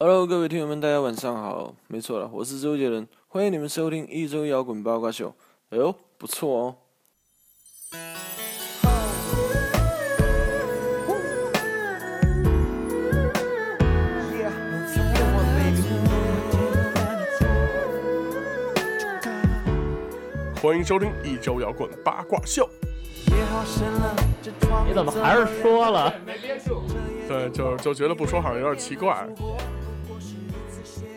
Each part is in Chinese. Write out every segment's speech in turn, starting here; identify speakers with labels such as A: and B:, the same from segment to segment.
A: Hello，各位听友们，大家晚上好。没错了，我是周杰伦，欢迎你们收听一周摇滚八卦秀。哎呦，不错哦。
B: 欢迎收听一周摇滚八卦秀。
C: 你怎么还是说了？
B: 对，就就觉得不说好像有点奇怪。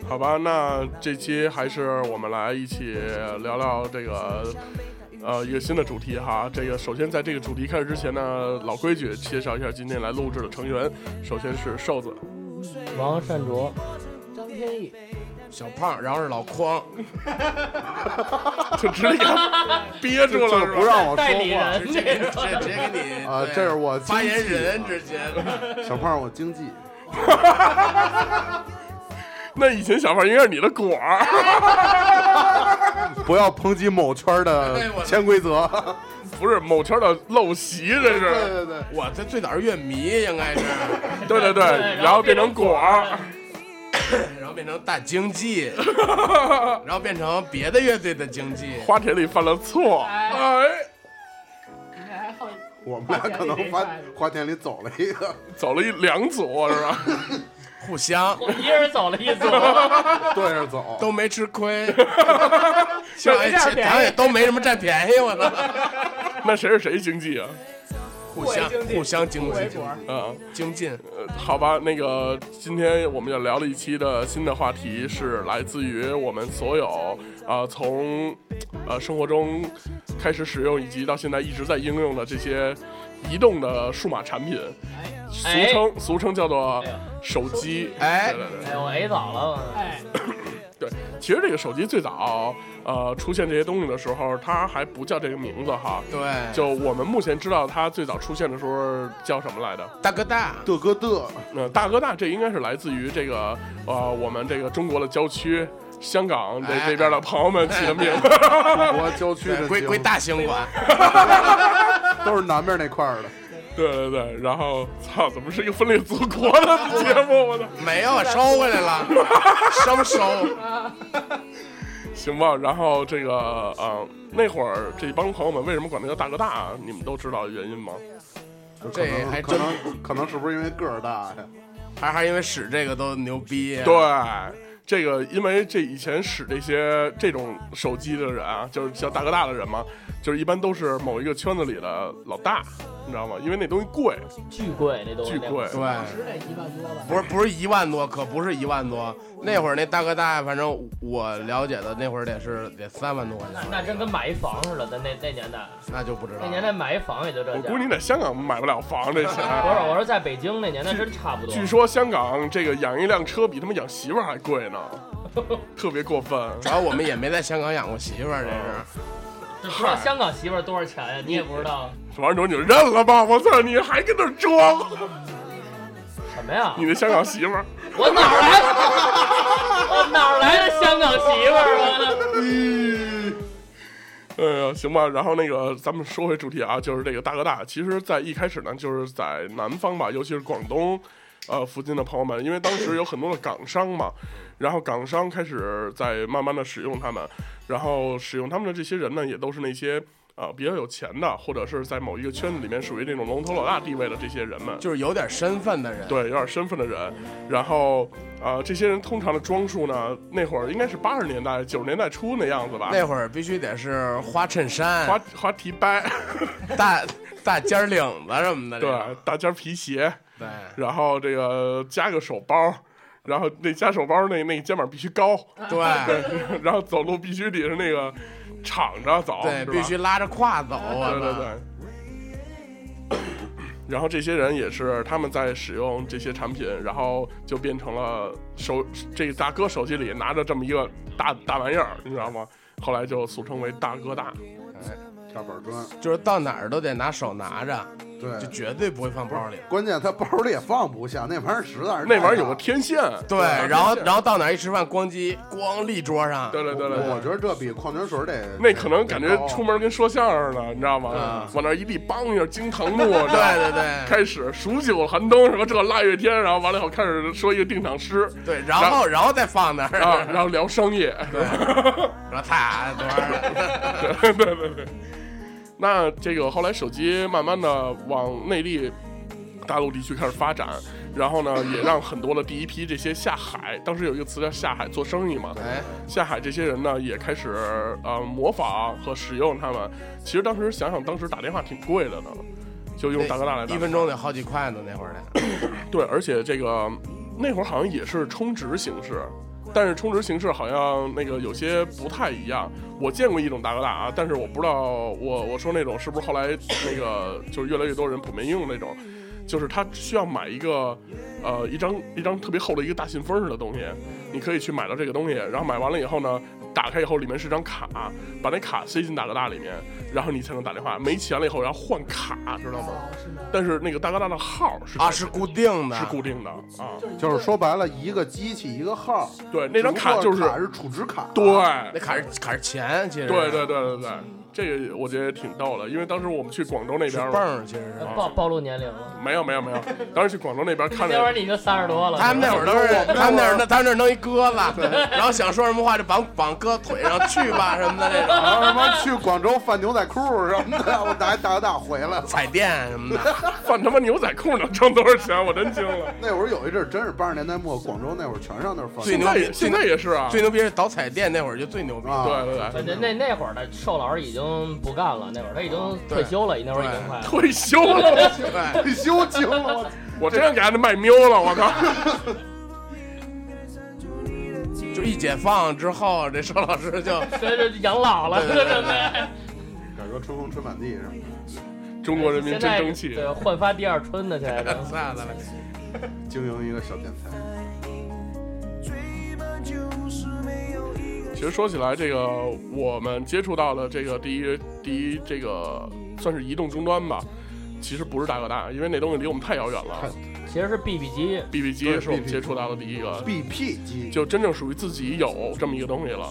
B: 好吧，那这期还是我们来一起聊聊这个，呃，一个新的主题哈。这个首先在这个主题开始之前呢，老规矩，介绍一下今天来录制的成员。首先是瘦子、
C: 王善卓、张天翼，
D: 小胖，然后是老匡，
B: 就直接给他憋住了，
D: 不让我
C: 代理
D: 说话
C: 人这个
D: 这直接给你
E: 啊
D: 对
E: 这是我经
D: 发
E: 纪
D: 言人，直接
E: 小胖，我经济，
B: 那以前小胖应该是你的果儿。
E: 不要抨击某圈
D: 哎我
E: 的潜规则。
B: 不是某圈的陋习，这是。
E: 对对，
D: 我这最早是乐迷，应该是，
B: 对对对，然后变成果儿，
D: 然后变成大经济，然后变成别的乐队的经济。
B: 花田里犯了错，哎，
E: 我们俩可能花花田里走了一 个，
B: 走了一两组啊是吧？
D: 互相
C: 我一人走了一组，
E: 对着走。
D: 都没吃亏，像
C: 谁
D: 哎，
C: 占
D: 前
C: 便宜
D: 咱也都没什么占便宜，我操！
B: 那谁是谁经济啊？
D: 互相互相经济，
B: 嗯，
D: 精进。
B: 呃好吧，那个今天我们要聊的一期的新的话题是来自于我们所有啊、呃从呃生活中开始使用以及到现在一直在应用的这些移动的数码产品，俗
C: 哎
B: 称俗称叫做手机。
D: 哎
B: 对对对。
C: 哎，我 A 早了，哎，
B: 对，其实这个手机最早呃出现这些东西的时候，它还不叫这个名字哈。
D: 对，
B: 就我们目前知道它最早出现的时候叫什么来着？
D: 大哥大，
E: 的哥的，
B: 那、呃大哥大，这应该是来自于这个呃我们这个中国的郊区，香港这
D: 哎
B: 这边的朋友们起的名字。
E: 中国郊区的
D: 归归大兴管。
E: 都是南边那块儿的。
B: 对对对，然后操，怎么是一个分裂祖国的节目？我操！
D: 没有，收回来了，生收。
B: 行吧，然后这个呃那会儿这帮朋友们为什么管它叫大哥大？你们都知道原因吗？
E: 可
D: 这还
E: 能可
D: 真
E: 能可能是不是因为个儿大呀？
D: 还还因为使这个都牛逼，，
B: 对，这个因为这以前使这些这种手机的人啊，就是像大哥大的人嘛，就是一般都是某一个圈子里的老大，你知道吗？因为那东西贵，
C: 巨贵那东西，
B: 巨贵。
D: 对，不是不是一万多，可不是一万多。那会儿那大哥大，反正我了解的那会儿得是得三万多块
C: 那
D: 钱，
C: 那真跟买一房似的，那那那年代，
D: 那就不知道
C: 那。年代买一房也就这
B: 我
C: 价。
B: 估计你在香港买不了房这
C: 不是，
B: 钱。
C: 我说在北京那年代真差不多。
B: 据说香港这个养一辆车比他们养媳妇儿还贵呢，特别过分。
D: 主要我们也没在香港养过媳妇儿，这
C: 就不知道香港媳妇儿多少钱呀？你也不知道
B: 王卓，你就认了吧！我操，你还跟那儿装
C: 什么呀？
B: 你的香港媳妇儿？
C: 我哪儿来？我哪儿来的香港媳妇 儿？啊我
B: 哎呀，行吧，然后那个咱们说回主题啊，就是这个大哥大。其实，在一开始呢，就是在南方吧，尤其是广东，呃附近的朋友们，因为当时有很多的港商嘛，然后港商开始在慢慢的使用他们，然后使用他们的这些人呢，也都是那些呃比较有钱的，或者是在某一个圈子里面属于这种龙头老大地位的这些人们。
D: 就是有点身份的人，
B: 对，有点身份的人。然后，呃，这些人通常的装束呢，那会儿应该是八十年代、九十年代初那样子吧。
D: 那会儿必须得是花衬
B: 花
D: 衫、
B: 花提掰，
D: 大大尖领子什么的，这
B: 对
D: 种，
B: 大尖皮鞋，
D: 对，
B: 然后这个加个手包，然后那加手包那那肩膀必须高，
D: 啊对
B: 然后走路必须得是那个敞着走，
D: 对，
B: 是吧
D: 必须拉着胯走，啊
B: 对
D: 对
B: 对对。 然后这些人也是他们在使用这些产品，然后就变成了手这个大哥手机里拿着这么一个大大玩意儿，你知道吗？后来就俗称为大哥大。
E: 大板砖，
D: 就是到哪儿都得拿手拿着，
E: 对
D: 就绝对不会放包里。
E: 关键他包里也放不下，那玩意儿实在是
B: 那玩意儿
E: 太大
B: 有个天线，
D: 对，然后然后到哪儿一吃饭，咣叽咣立桌上，
B: 对对对对
E: 我
B: 对，
E: 觉得这比矿泉水得
B: 那可能感
E: 得
B: 觉
E: 高啊
B: 出门跟说相声似的，你知道吗？往那儿一立，梆一下惊堂 木，对
D: 嗯对对对
B: 开始数九寒冬什么这腊月天，然后完了以后开始说一个定场诗，
D: 对，然后然后再放那儿，
B: 啊，然后聊商业，
D: 然后他多少？
B: 对对对对。那这个后来手机慢慢的往内地、大陆地区开始发展，然后呢，也让很多的第一批这些下海，当时有一个词叫下海做生意嘛，
D: 哎，
B: 下海这些人呢也开始呃模仿和使用他们。其实当时想想，当时打电话挺贵的呢，就用大哥大来打
D: 一。分钟得好几块呢，那会儿的。
B: 对，而且这个那会儿好像也是充值形式，但是充值形式好像那个有些不太一样。我见过一种大哥大啊，但是我不知道我我说那种是不是后来那个就是越来越多人普遍应用那种。就是他需要买一个，呃，一张一张特别厚的一个大信封似的东西，你可以去买到这个东西，然后买完了以后呢，打开以后里面是张卡，把那卡塞进大哥大里面，然后你才能打电话。没钱了以后，然后换卡，知道吗？但哦是那个大哥大的号是
D: 啊，是固定的，
B: 是固定的啊。
E: 就是说白了，一个机器一个号，
B: 对，那张卡
E: 只
B: 就
E: 不
B: 是
E: 过卡是储值卡，
B: 对，
C: 啊
D: 那卡是卡是钱，其实
B: 对对对对对，这个我觉得也挺逗的，因为当时我们去广州那
D: 是
B: 边
D: 泵
B: 嘛，
D: 儿，其实是。
B: 啊
C: 暴暴露年龄了。
B: 没有没有没有，当时去广州那边看
C: 那会儿
B: 着。
C: 你就三十多了，
D: 他们那会儿都是
E: 我，们
D: 他们那儿他们那儿弄一鸽子，然后想说什么话就绑绑鸽腿上去吧什么的这种，
E: 然后他妈去广州贩牛仔裤什么的，我拿一大哥大回来。
D: 彩电什么的，
B: 换他妈牛仔裤能挣多少钱？我真惊了。
E: 那会儿有一阵儿真是八十年代末，广州那会儿全上那儿贩。
D: 最
B: 现
D: 牛
B: 在
D: 逼
B: 也，现在也是啊。
D: 最
B: 对
D: 牛逼是倒彩电那会儿就最牛逼，
E: 啊，
B: 对对，
C: 那那那会儿的寿老师已经不干了，那会儿他已经退休了，那会儿已经快。
B: 退休了，
D: 对，
E: 退休精了， 我操
B: 我真想给他卖喵了，我靠！
D: 就一解放之后，这邵老师就
C: 这这养老了，
D: 对对对
C: 对对。
E: 改革春风吹满地是吧？
B: 中国人民
C: 现
B: 真
C: 在
B: 争气。
C: 对，焕发第二春的现在 都。
D: 算了吧，
E: 经营一个小电台，
B: 其实说起来，这个我们接触到的这个第一第一这个算是移动终端吧，其实不是大哥大，因为那东西离我们太遥远了。
C: 其实是 BB 机，
B: BB
E: 对
B: 机是我们
E: BB
B: 接触到的第一个，
E: BP 机，
B: 就真正属于自己有这么一个东西了。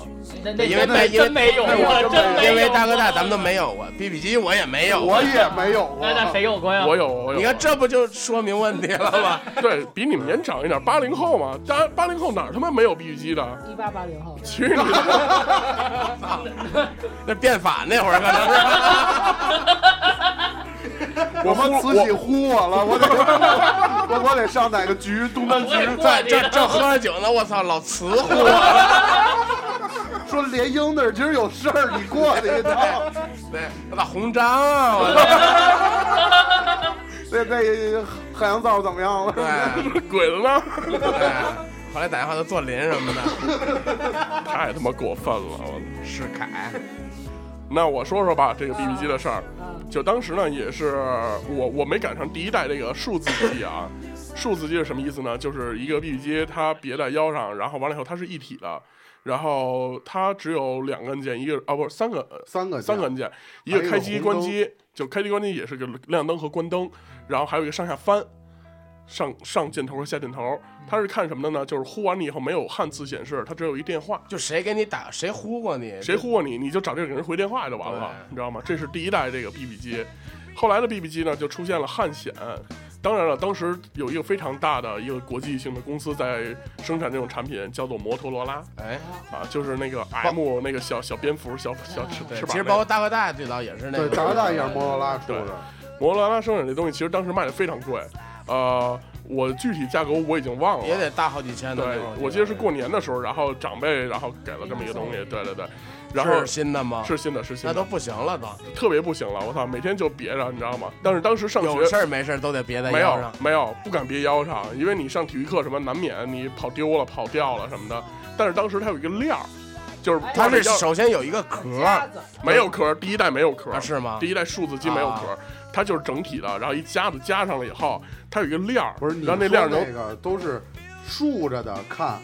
C: 那那
D: 因为那
C: 那
D: 因为
C: 真没有
D: 那会
C: 过，
E: 儿
C: 真没有过。
D: 因为大哥大咱们都没有啊过，B B 机我也没有过
E: 我，也没 有
C: 那那
E: 啊。
C: 谁有过呀？
B: 我有，我有。
D: 你看，这不就说明问题 了吗？
B: 对比你们年长一点，八零后嘛，当然八零后哪儿他妈没有 BB 机的？
F: 一八八 零后，
B: 其实你
D: 那变法那会儿可 能是。
E: 我妈慈禧呼我 了，我得我我得上哪个局？东单局
C: 我也不
D: 在这正喝着酒呢，我操，老慈乎我。
E: 说联英那儿今儿有事儿，你过去一趟。
D: 对，我打红章啊，我
E: 那那海洋灶怎么样了？
D: 对
B: 鬼子呢？
D: 对。后来打电话都坐林什么的，
B: 太他妈过分了！我操
D: 世凯，
B: 那我说说吧，这个 BB 机的事儿。就当时呢，也是我我没赶上第一代这个数字机啊。数字机是什么意思呢？就是一个 BB 机，它别在腰上，然后完了以后它是一体的，然后它只有两个按键，一个啊不是三个，呃
E: 三个
B: 三个
E: 键
B: 按键，一个开机
E: 还有一个红
B: 关机，就开机关机也是个亮灯和关灯，然后还有一个上下翻，上上箭头和下箭头。它是看什么的呢？就是呼完你以后没有汉字显示，它只有一电话，
D: 就谁给你打，谁呼过你，
B: 谁呼过你，你就找这个人回电话就完了，
D: 对
B: 你知道吗？这是第一代这个 BB 机，后来的 BB 机呢就出现了汉显。当然了，当时有一个非常大的一个国际性的公司在生产这种产品，叫做摩托罗拉
D: 哎，
B: 啊，就是那个 M 那个小小蝙蝠小小翅
D: 啊对
B: 翅，膀
D: 其
B: 那
D: 实包
B: 个
D: 括。大哥大最早也是那
E: 对，
D: 个，
E: 大哥大也是摩托罗拉出的，
B: 摩托罗拉生产这东西其实当时卖的非常贵，呃，我具体价格我已经忘了，
D: 也得大好几千的那
B: 对
D: 种。，
B: 我记得是过年的时候，然后长辈然后给了这么一个东西，对对对，然后
D: 是新的吗？
B: 是新的，是新
D: 那
B: 的
D: 都，不行了都，
B: 特别不行了，我操，每天就别着，你知道吗？但是当时上
D: 有事
B: 学。
D: 儿没事儿都得别在
B: 没
D: 腰
B: 有
D: 上。
B: 没有，不敢别腰上，因为你上体育课什么难免你跑丢了、跑掉了什么的。但是当时它有一个链儿，就是
D: 哎它是
B: 这腰
D: 首先有一个壳
F: 鸭
D: 儿
F: 子，
B: 没有壳儿，第一代没有壳儿
D: 啊，是吗
B: 第？一代数字机没有壳儿，它就是整体的，然后一夹子夹上了以后，它有一个链儿，
E: 不是你
B: 然后
E: 说
B: 那链儿能
E: 那个都是竖着的 看，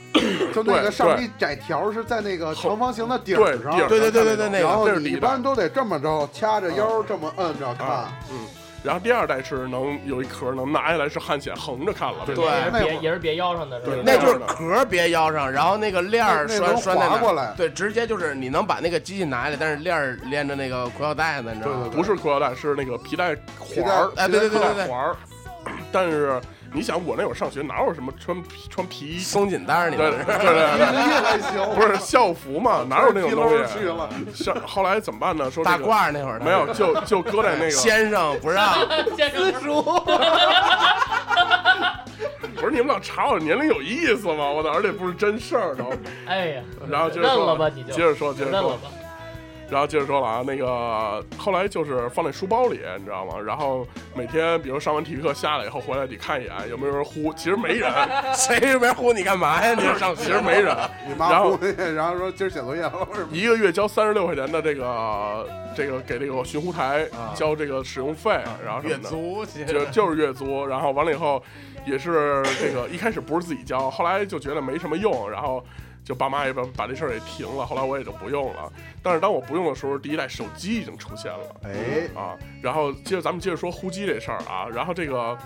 E: 就那个上面一窄条是在那个长方形的顶
B: 对
E: 上
B: 底，儿
D: 对对对对对，那
E: 然
D: 个
E: 后
B: 这是
E: 你
B: 底
E: 一
B: 的
E: 般都得这么着掐着腰这么摁着看
B: 啊，嗯，然后第二代是能有一壳能拿下来是汗血横着看了，
D: 对
B: 吧
C: 也是
E: 那会
C: 别
E: 儿
C: 也是别腰上的，是吧
B: 对
D: 那就是壳别腰上，然后那个链儿
E: 那那
D: 拴
E: 能
D: 拴在哪
E: 划
D: 儿
E: 过来
D: 对，直接就是你能把那个机器拿下来，但是链儿连着那个裤腰带呢，你知道吗？
B: 不是裤腰带是那个皮带
E: 皮
B: 环
E: 带
B: 儿，
D: 哎对对对
B: 皮带
D: 对对
B: 环儿。但是你想，我那会儿上学哪有什么穿皮穿皮衣？
D: 松紧带儿，你
B: 对
D: 们
B: 对对对，
E: 业还行，
B: 不是校服 嘛，哪有那种东
E: 皮褛去了
B: 西？像后来怎么办呢？说这
D: 大
B: 个
D: 褂儿那会儿
B: 没有，就就搁在那个
D: 先生不让，
C: 先生不是
B: 不是你们老查我年龄有意思吗？我操，而且不是真事儿，然 后
C: 哎呀，
B: 然后接
C: 认
B: 着说
C: 了吧，你就
B: 接着说，接着
C: 认了
B: 说，
C: 吧。
B: 然后接着说了啊，那个后来就是放在书包里，你知道吗？然后每天比如上完体育课下来以后回来得看一眼有没有人呼，其实没 人，
D: 谁这边呼你干嘛呀？你这上
B: 其
D: 学
B: 实没人，
E: 你
B: 然
E: 妈
B: 后
E: 不会，然后说今儿写作业了，是吗
B: 一个月交三十六块钱的这个这个给这个巡湖台
D: 啊
B: 交这个使用费，然后什
D: 月
B: 么的。
D: 租，其
B: 就
D: 实
B: 就是月租，然后完了以后也是这个一开始不是自己交，后来就觉得没什么用，然后就爸妈也把把这事儿也停了，后来我也就不用了。但是当我不用的时候，第一代手机已经出现了
E: 哎，
B: 啊。然后接着咱们接着说呼机这事儿啊，然后这个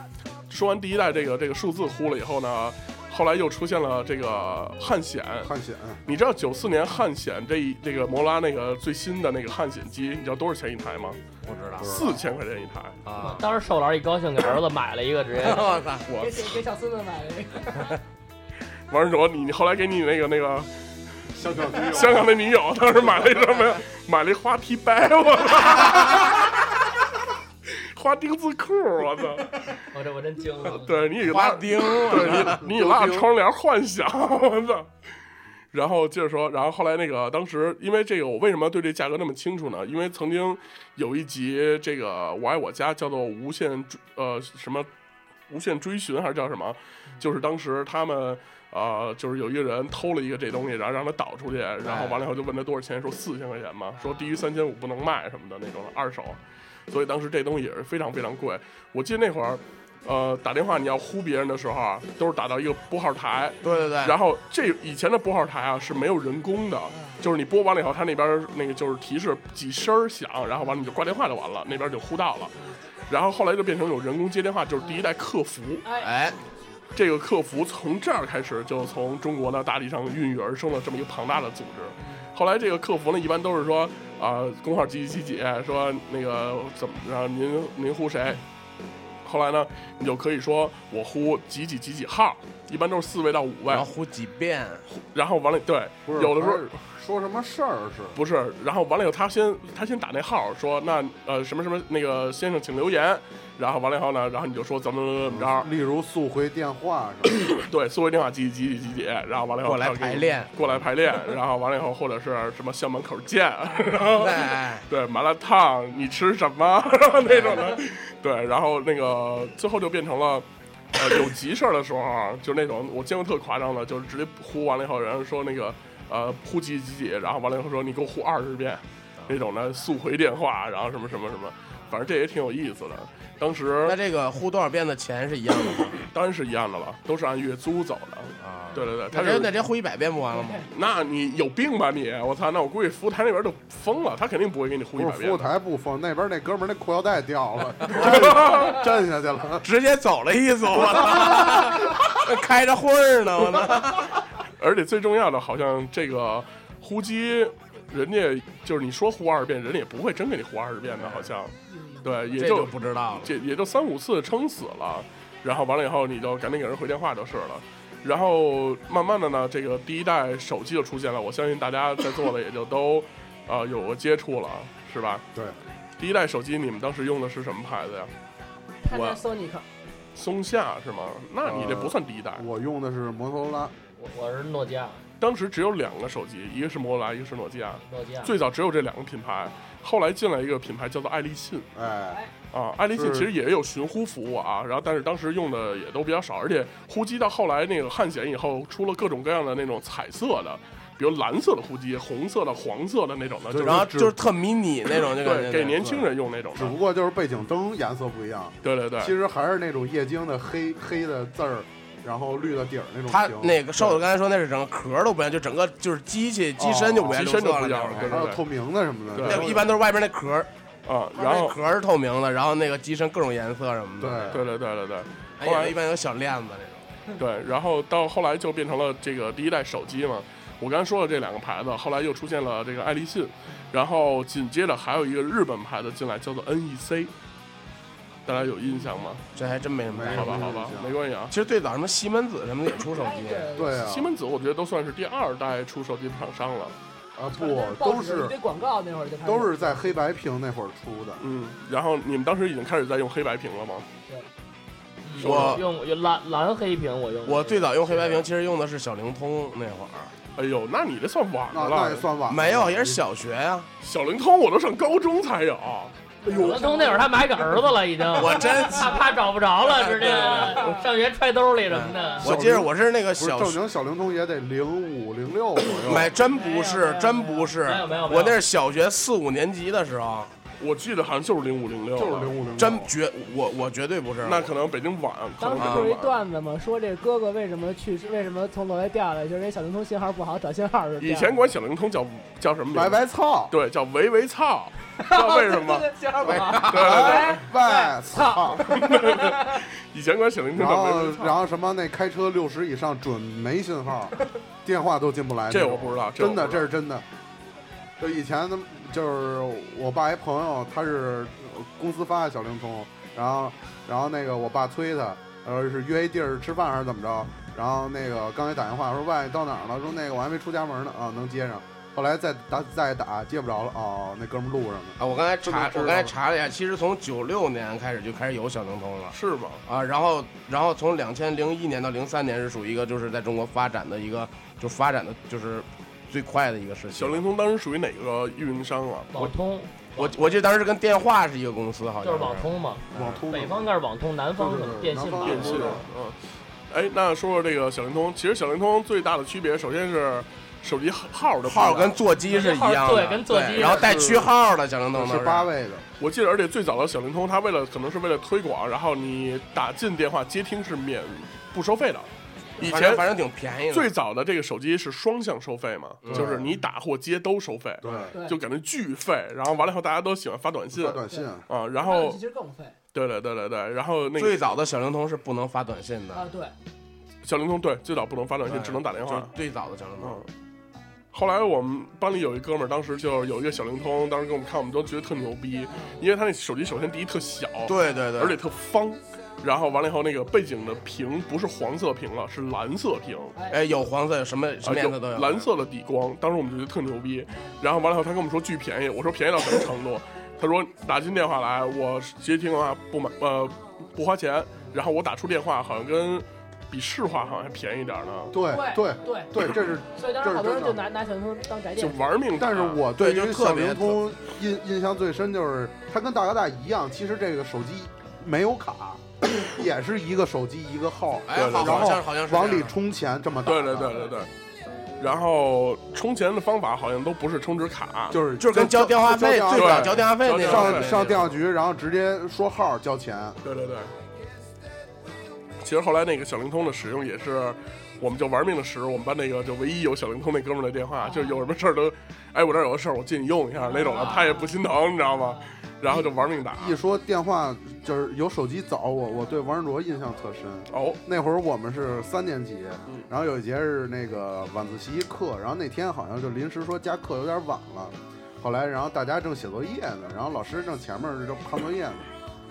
B: 说完第一代这个这个数字呼了以后呢。后来又出现了这个汉显，
E: 探险
B: 你知道九四年汉显这一这个摩拉那个最新的那个汉显机，你知道多少钱一台吗？
D: 不知道
B: 四千块钱一台。
D: 啊。
C: 当时寿老师一高兴，给儿子买了一个，直接
D: 我操！
B: 我
F: 给给小孙子买的那个，
B: 完了之后，你你后来给你那个那个
E: 香港女
B: 香港的女友 当时买了一什么呀？买了一花皮白，我操！花丁字裤，我操！
C: 我这我真惊了。
B: 对你得
D: 花
B: 拉，
D: 丁，
B: 对你你得拉着窗帘幻想， 我操！然后接着说，然后后来那个当时因为这个，我为什么对这价格那么清楚呢？因为曾经有一集这个《我爱我家》叫做《无限追》呃什么无限追寻还是叫什么？就是当时他们呃，就是有一个人偷了一个这东西，然后让他导出去，然后完了以后就问他多少钱，说四千块钱嘛，说低于三千五不能卖什么的那种的二手，所以当时这东西也是非常非常贵。我记得那会儿，呃，打电话你要呼别人的时候啊，都是打到一个拨号台，
D: 对对对，
B: 然后这以前的拨号台啊是没有人工的，就是你拨完了以后，它那边儿那个就是提示几声儿响，然后完了你就挂电话就完了，那边儿就呼到了。然后后来就变成有人工接电话，就是第一代客服。
D: 哎，
B: 这个客服从这儿开始就从中国的大地上孕育而生了这么一个庞大的组织。后来这个客服呢，一般都是说啊、工号几几几几，啊说那个怎么着，您您呼谁？后来呢，你就可以说我呼几几几几号，一般都是四位到五位
D: 然后。呼几遍，
B: 然后完了，对，
E: 不是
B: 有的时候
E: 不是说什么事儿是
B: 不是，然后完了以后，他先他先打那号说那呃什么什么那个先生请留言，然后完了以后呢，然后你就说怎么怎么着，
E: 例如速回电话 什么的，
B: 对，作为电话几几几几几，然后完了以后
D: 过来
B: 他给你
D: 排练，
B: 过来排 练，然后完了以后或者是什么校门口见，然后
D: 哎，
B: 对麻辣烫你吃什么 那种的，对，然后那个最后就变成了。 呃，有急事儿的时候啊，就那种我见过特夸张的，就是直接呼完了以后，然后说那个呃呼几几几，然后完了以后说你给我呼二十
D: 啊
B: 遍，那种的速回电话，然后什么什么什么，反正这也挺有意思的。当时
D: 那这个呼多少遍的钱是一样的吗？
B: 当然是一样的了，都是按月租走的。
D: 啊，
B: 对对对，他
D: 那这
B: 是
D: 那这呼一百遍不完了吗？
B: 那你有病吧你？我操！那我估计服务台那边都疯了，他肯定不会给你呼
E: 不
B: 一
E: 是
B: 百遍的。
E: 服务台不封，那边那哥们儿那裤腰带掉了， 粘粘下去了，
D: 直接走了一走，我操！ 开着会儿呢，我操！
B: 而且最重要的，好像这个呼机，人家就是你说呼二十遍，人家也不会真给你呼二十遍的，好像。对，也
D: 这
B: 就
D: 就不知道了。
B: 这也就三五次撑死了，然后完了以后你就赶紧给人回电话就是了。然后慢慢的呢，这个第一代手机就出现了，我相信大家在座的也就都呃有过接触了，是吧？
E: 对。
B: 第一代手机你们当时用的是什么牌子呀？
F: 他
B: 我
F: 在 Sonic，
B: 松下是吗？那你这
D: 呃
B: 不算第一代，
E: 我用的是摩托罗拉，
C: 我我是诺基亚，
B: 当时只有两个手机，一个是摩托罗拉，一个是诺基亚。
C: 诺基亚。
B: 最早只有这两个品牌，后来进来一个品牌叫做爱立信
E: 哎，
B: 啊，爱立信
E: 是
B: 其实也有寻呼服务啊，然后但是当时用的也都比较少，而且呼机到后来那个汉显以后出了各种各样的那种彩色的，比如蓝色的呼机、红色的、黄色的那种的，就是
D: 然后就是特迷你那种，就感
B: 对
D: 觉
B: 给年轻人用那种
E: 只
B: 的，
E: 不过就是背景灯颜色不一样，
B: 对对对
E: 其实还是那种液晶的黑黑的字儿，然后绿的底儿那种
D: 他
E: 屏，
D: 那个瘦子刚才说那是整个壳都不一样，就整个就是机器机身就不一样，
B: 机身就不一样
D: 了
B: 对
E: 还有透明的什么的，
B: 对
D: 那
E: 然
D: 个
E: 后
D: 一般都是外边那壳，
B: 啊，
D: 它
B: 然
D: 那
B: 后
D: 壳是透明的，然后那个机身各种颜色什么的。
B: 对对对对对，
D: 哎
B: 后来
D: 一般有小链子那
B: 对，然后到后来就变成了这个第一代手机嘛。我刚才说了这两个牌子，后来又出现了这个爱立信，然后紧接着还有一个日本牌子进来，叫做 NEC，大家有印象吗？
D: 种，这还真没什么
E: 没
D: 概
B: 好
E: 有
D: 念。
B: 吧，好吧，没关系啊
D: 其。实最早什么西门子什么的也出手机，
E: 对啊，
B: 西门子我觉得都算是第二代出手机的厂商了，
E: 啊不
F: 报
E: 都
F: 纸一
E: 是
F: 堆广告那会儿就拍
E: 都是在黑白屏那会儿出的，
B: 嗯。然后你们当时已经开始在用黑白屏了吗？
D: 我
C: 用用蓝蓝黑屏，我用
D: 我最早用黑白屏，其实用的是小灵通那会儿，
B: 哎呦，那你这算晚
E: 那
B: 的
E: 那
B: 了
E: 也。算晚。
D: 没有也是小学呀、
B: 小灵通我都上高中才有，
C: 哎呦，通那会儿他买给儿子了，已经。
D: 我真
C: 怕怕找不着了，直接
D: 对
C: 上学揣兜里什么的。
D: 我记得我是那个
E: 不是
D: 小
E: 正经小灵通也得零五零六左右。
D: 买，真不
C: 没有
D: 是
C: 没有
D: 真不是
C: 没有没有，没有
D: 我那是小学四五年级的时候，
B: 我记得好像就是零五零六，
E: 就是零五零六，
D: 真绝我我绝对不是，
B: 那可能北京晚，可
F: 当
B: 能北
F: 时不是一
B: 京晚。
F: 段子嘛，说这哥哥为什么去世，为什么从楼下掉下来，就是因为小灵通信号不好，找信号是
B: 以前管小灵通叫叫什么名字？
E: 白白操，
B: 对，叫维维操，知道为什 么吗？哎
F: 信号不好，
B: 对对对，
E: 哎白 操，
B: 以前管小灵通
E: 然
B: 叫维
E: 后
B: 维操，
E: 然后什么那开车六十以上准没信 号，电话都进不来那种。
B: 这我不知道，
E: 真的，这
B: 是
E: 是真的。就以前他们就是我爸一朋友，他是公司发的小灵通，然后然后那个我爸催他，呃是约一地儿吃饭还是怎么着，然后那个刚给打电话说喂你到哪儿了，说那个我还没出家门呢啊能接上，后来再打再打接不着了哦那哥们儿路上呢，
D: 啊，我刚才
E: 真的
D: 查
E: 知道
D: 我
E: 了
D: 刚才查了一下，其实从九六年开始就开始有小灵通了。
B: 是吗？
D: 啊，然后，然后从两千零一年到零三年是属于一个就是在中国发展的一个，就发展的就是最快的一个事情。
B: 小灵通当时属于哪个运营商啊？
C: 网通
D: 我我记得当时跟电话是一个公司，好像
C: 就是网通嘛，
E: 网通
C: 北方那是网通，南方什么
E: 对对对
C: 电信
E: 南
C: 吧
E: 方。
B: 电信
E: 对，
B: 嗯。哎，那说说这个小灵通，其实小灵通最大的区别，首先是手机号的
D: 号
B: 不一样
D: 跟座机是一样的，
C: 对跟座机
D: 对然后带区号的小灵通
E: 是
D: 都
E: 八位的，
B: 我记得，而且最早的小灵通，它为了可能是为了推广，然后你打进电话接听是免不收费的。以
D: 反正
B: 前
D: 反正挺便宜的。
B: 最早的这个手机是双向收费嘛，
D: 嗯
B: 就是你打或接都收费，
E: 对，
F: 对，
B: 就感觉巨费。然后完了以后，大家都喜欢发短信
E: 发短信，
B: 啊，然
F: 那
B: 后
F: 其实更费
B: 对对对对对，然后那
D: 最
B: 个
D: 早的小灵通是不能发短信
F: 啊
D: 的，，
F: 对，
B: 小灵通对最早不能发短信，
D: 对
B: 只能打电
D: 就是
B: 话。
D: 最早的小灵
B: 嗯
D: 通，，
B: 后来我们班里有一哥们儿，当时就有一个小灵通，当时给我们看，我们都觉得特牛逼，因为他那手机首先第一特小，
D: 对对对，
B: 而且特方。然后完了以后，那个背景的屏不是黄色屏了，是蓝色屏，
D: 哎有黄色有什么什
B: 啊
D: 么颜色都有，
B: 蓝色的底光。当时我们就觉得特牛逼。然后完了以后，他跟我们说巨便宜，我说便宜到什么程度？ 他说打进电话来，我接听的话不买呃不花钱，然后我打出电话好像跟比市话好像还便宜点儿呢，
E: 对对
F: 对对，
E: 对，这是
F: 所以当时好多人就拿拿小灵通当宅
B: 就
F: 电，
B: 玩命打。
E: 但是我
D: 嗯啊对
E: 对
D: 就
E: 于
D: 特
E: 小
D: 别
E: 灵通印印象最深就是，它跟大哥大一样，其实这个手机没有卡，也是一个手机一个号，
D: 哎好
E: 然
D: 好像
E: 后
D: 好像是这样
E: 往里充钱这么打。
B: 对对对对对。然后充钱的方法好像都不是充值卡，
E: 就是
D: 就是跟交电话费最
B: 费
D: 早交电话费那
B: 对
D: 种
E: 上上电话局，然后直接说号交钱。
B: 对对对。其实后来那个小灵通的使用也是，我们就玩命的使。我们班那个就唯一有小灵通那哥们儿的电
E: 啊
B: 话，就有什么事儿都，哎，我这儿有个事儿，我借你用一下那种的，他也不心疼，你知道吗？然后就玩命打。
E: 一说电话就是有手机早，我我对王仁卓印象特深。
B: 哦，
E: 那会儿我们是三年级，
B: 嗯
E: 然后有一节是那个晚自习课，然后那天好像就临时说加课有点晚了，后来然后大家正写作业呢，然后老师正前面正判作业呢，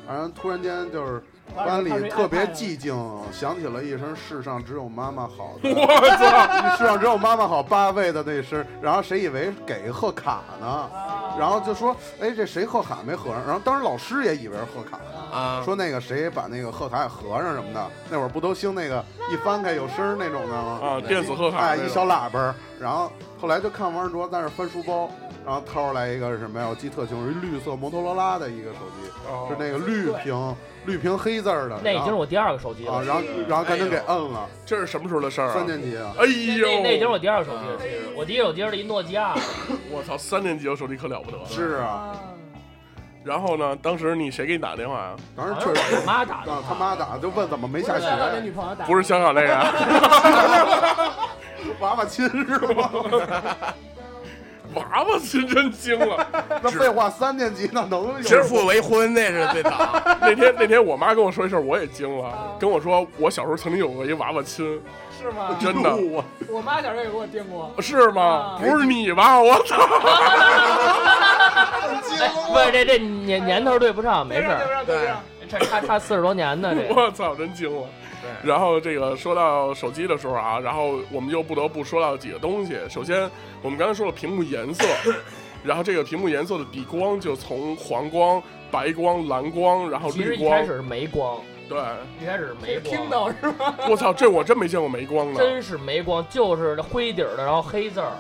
E: 然后突然间就是班里特别寂静，响起了一声“世上只有妈妈好” 的
B: 我操！
E: “世上只有妈妈好”八位的那声，然后谁以为给一贺卡呢，然后就说：“哎，这谁贺卡没合上？”然后当时老师也以为是贺卡呢。
B: 嗯
D: 啊，
E: 说那个谁把那个贺卡也合上什么的，那会儿不都兴那个一翻开有声儿那种的吗？
B: 啊，电子贺卡
E: 哎，
B: 那
E: 一
B: 种。
E: 小喇叭儿。然后后来就看王振卓在那儿翻书包，然后掏出来一个是什么呀？我记得特清楚，一绿色摩托罗拉的一个手机，
B: 哦
E: 是那个绿屏绿屏黑字儿的。
C: 那已经是
E: 然后
C: 我第二个手机
E: 啊，
C: 了，
E: 然后然后赶紧给摁了，
B: 这是什么时候的事儿啊
E: 三？年级啊，
B: 哎
C: 那
B: 呦
C: 那那已经是我第二个手机了。其实我第一手机是一诺基亚，
B: 我操！三年级有手机可了不得了。
E: 是啊，
B: 然后呢？当时你谁给你打电话啊呀？
E: 当时
C: 好像
E: 确
C: 是
E: 实
C: 我妈打的
E: 啊，他妈打就问怎么没下啊
F: 不是香港的
E: 学，
F: 女朋友打，
B: 不是香港那 个啊。
E: 娃娃亲是吗？
B: 娃娃是真精了。
E: 那废话，三年级那能有？
D: 指 腹为婚那是最 早。
B: 那天那天我妈跟我说一事儿，我也惊
E: 啊
B: 了，跟我说我小时候曾经有过一娃娃亲，
C: 是吗？
B: 真的
E: 我
C: 我妈小时候也给我订 过。
B: 是吗？
C: 嗯
B: 不是 你吧？我操！
E: 啊
C: 不是这这年年头对不上，没事
D: 对
C: 儿，这差差四十多年呢，这
B: 我操，真惊了。然后这个说到手机的时候啊，然后我们就不得不说到几个东西。首先，我们刚才说了屏幕颜 色，然后这个屏幕颜色的底光就从黄光、白光、蓝光，然后
C: 其
B: 绿
C: 实一
B: 光
C: 开。始是没光，
B: 对，
C: 一开始是没光，
F: 听到是吧？
B: 我操，这我真没见过没光的。
C: 真是没光，就是灰底儿的，然后黑字儿。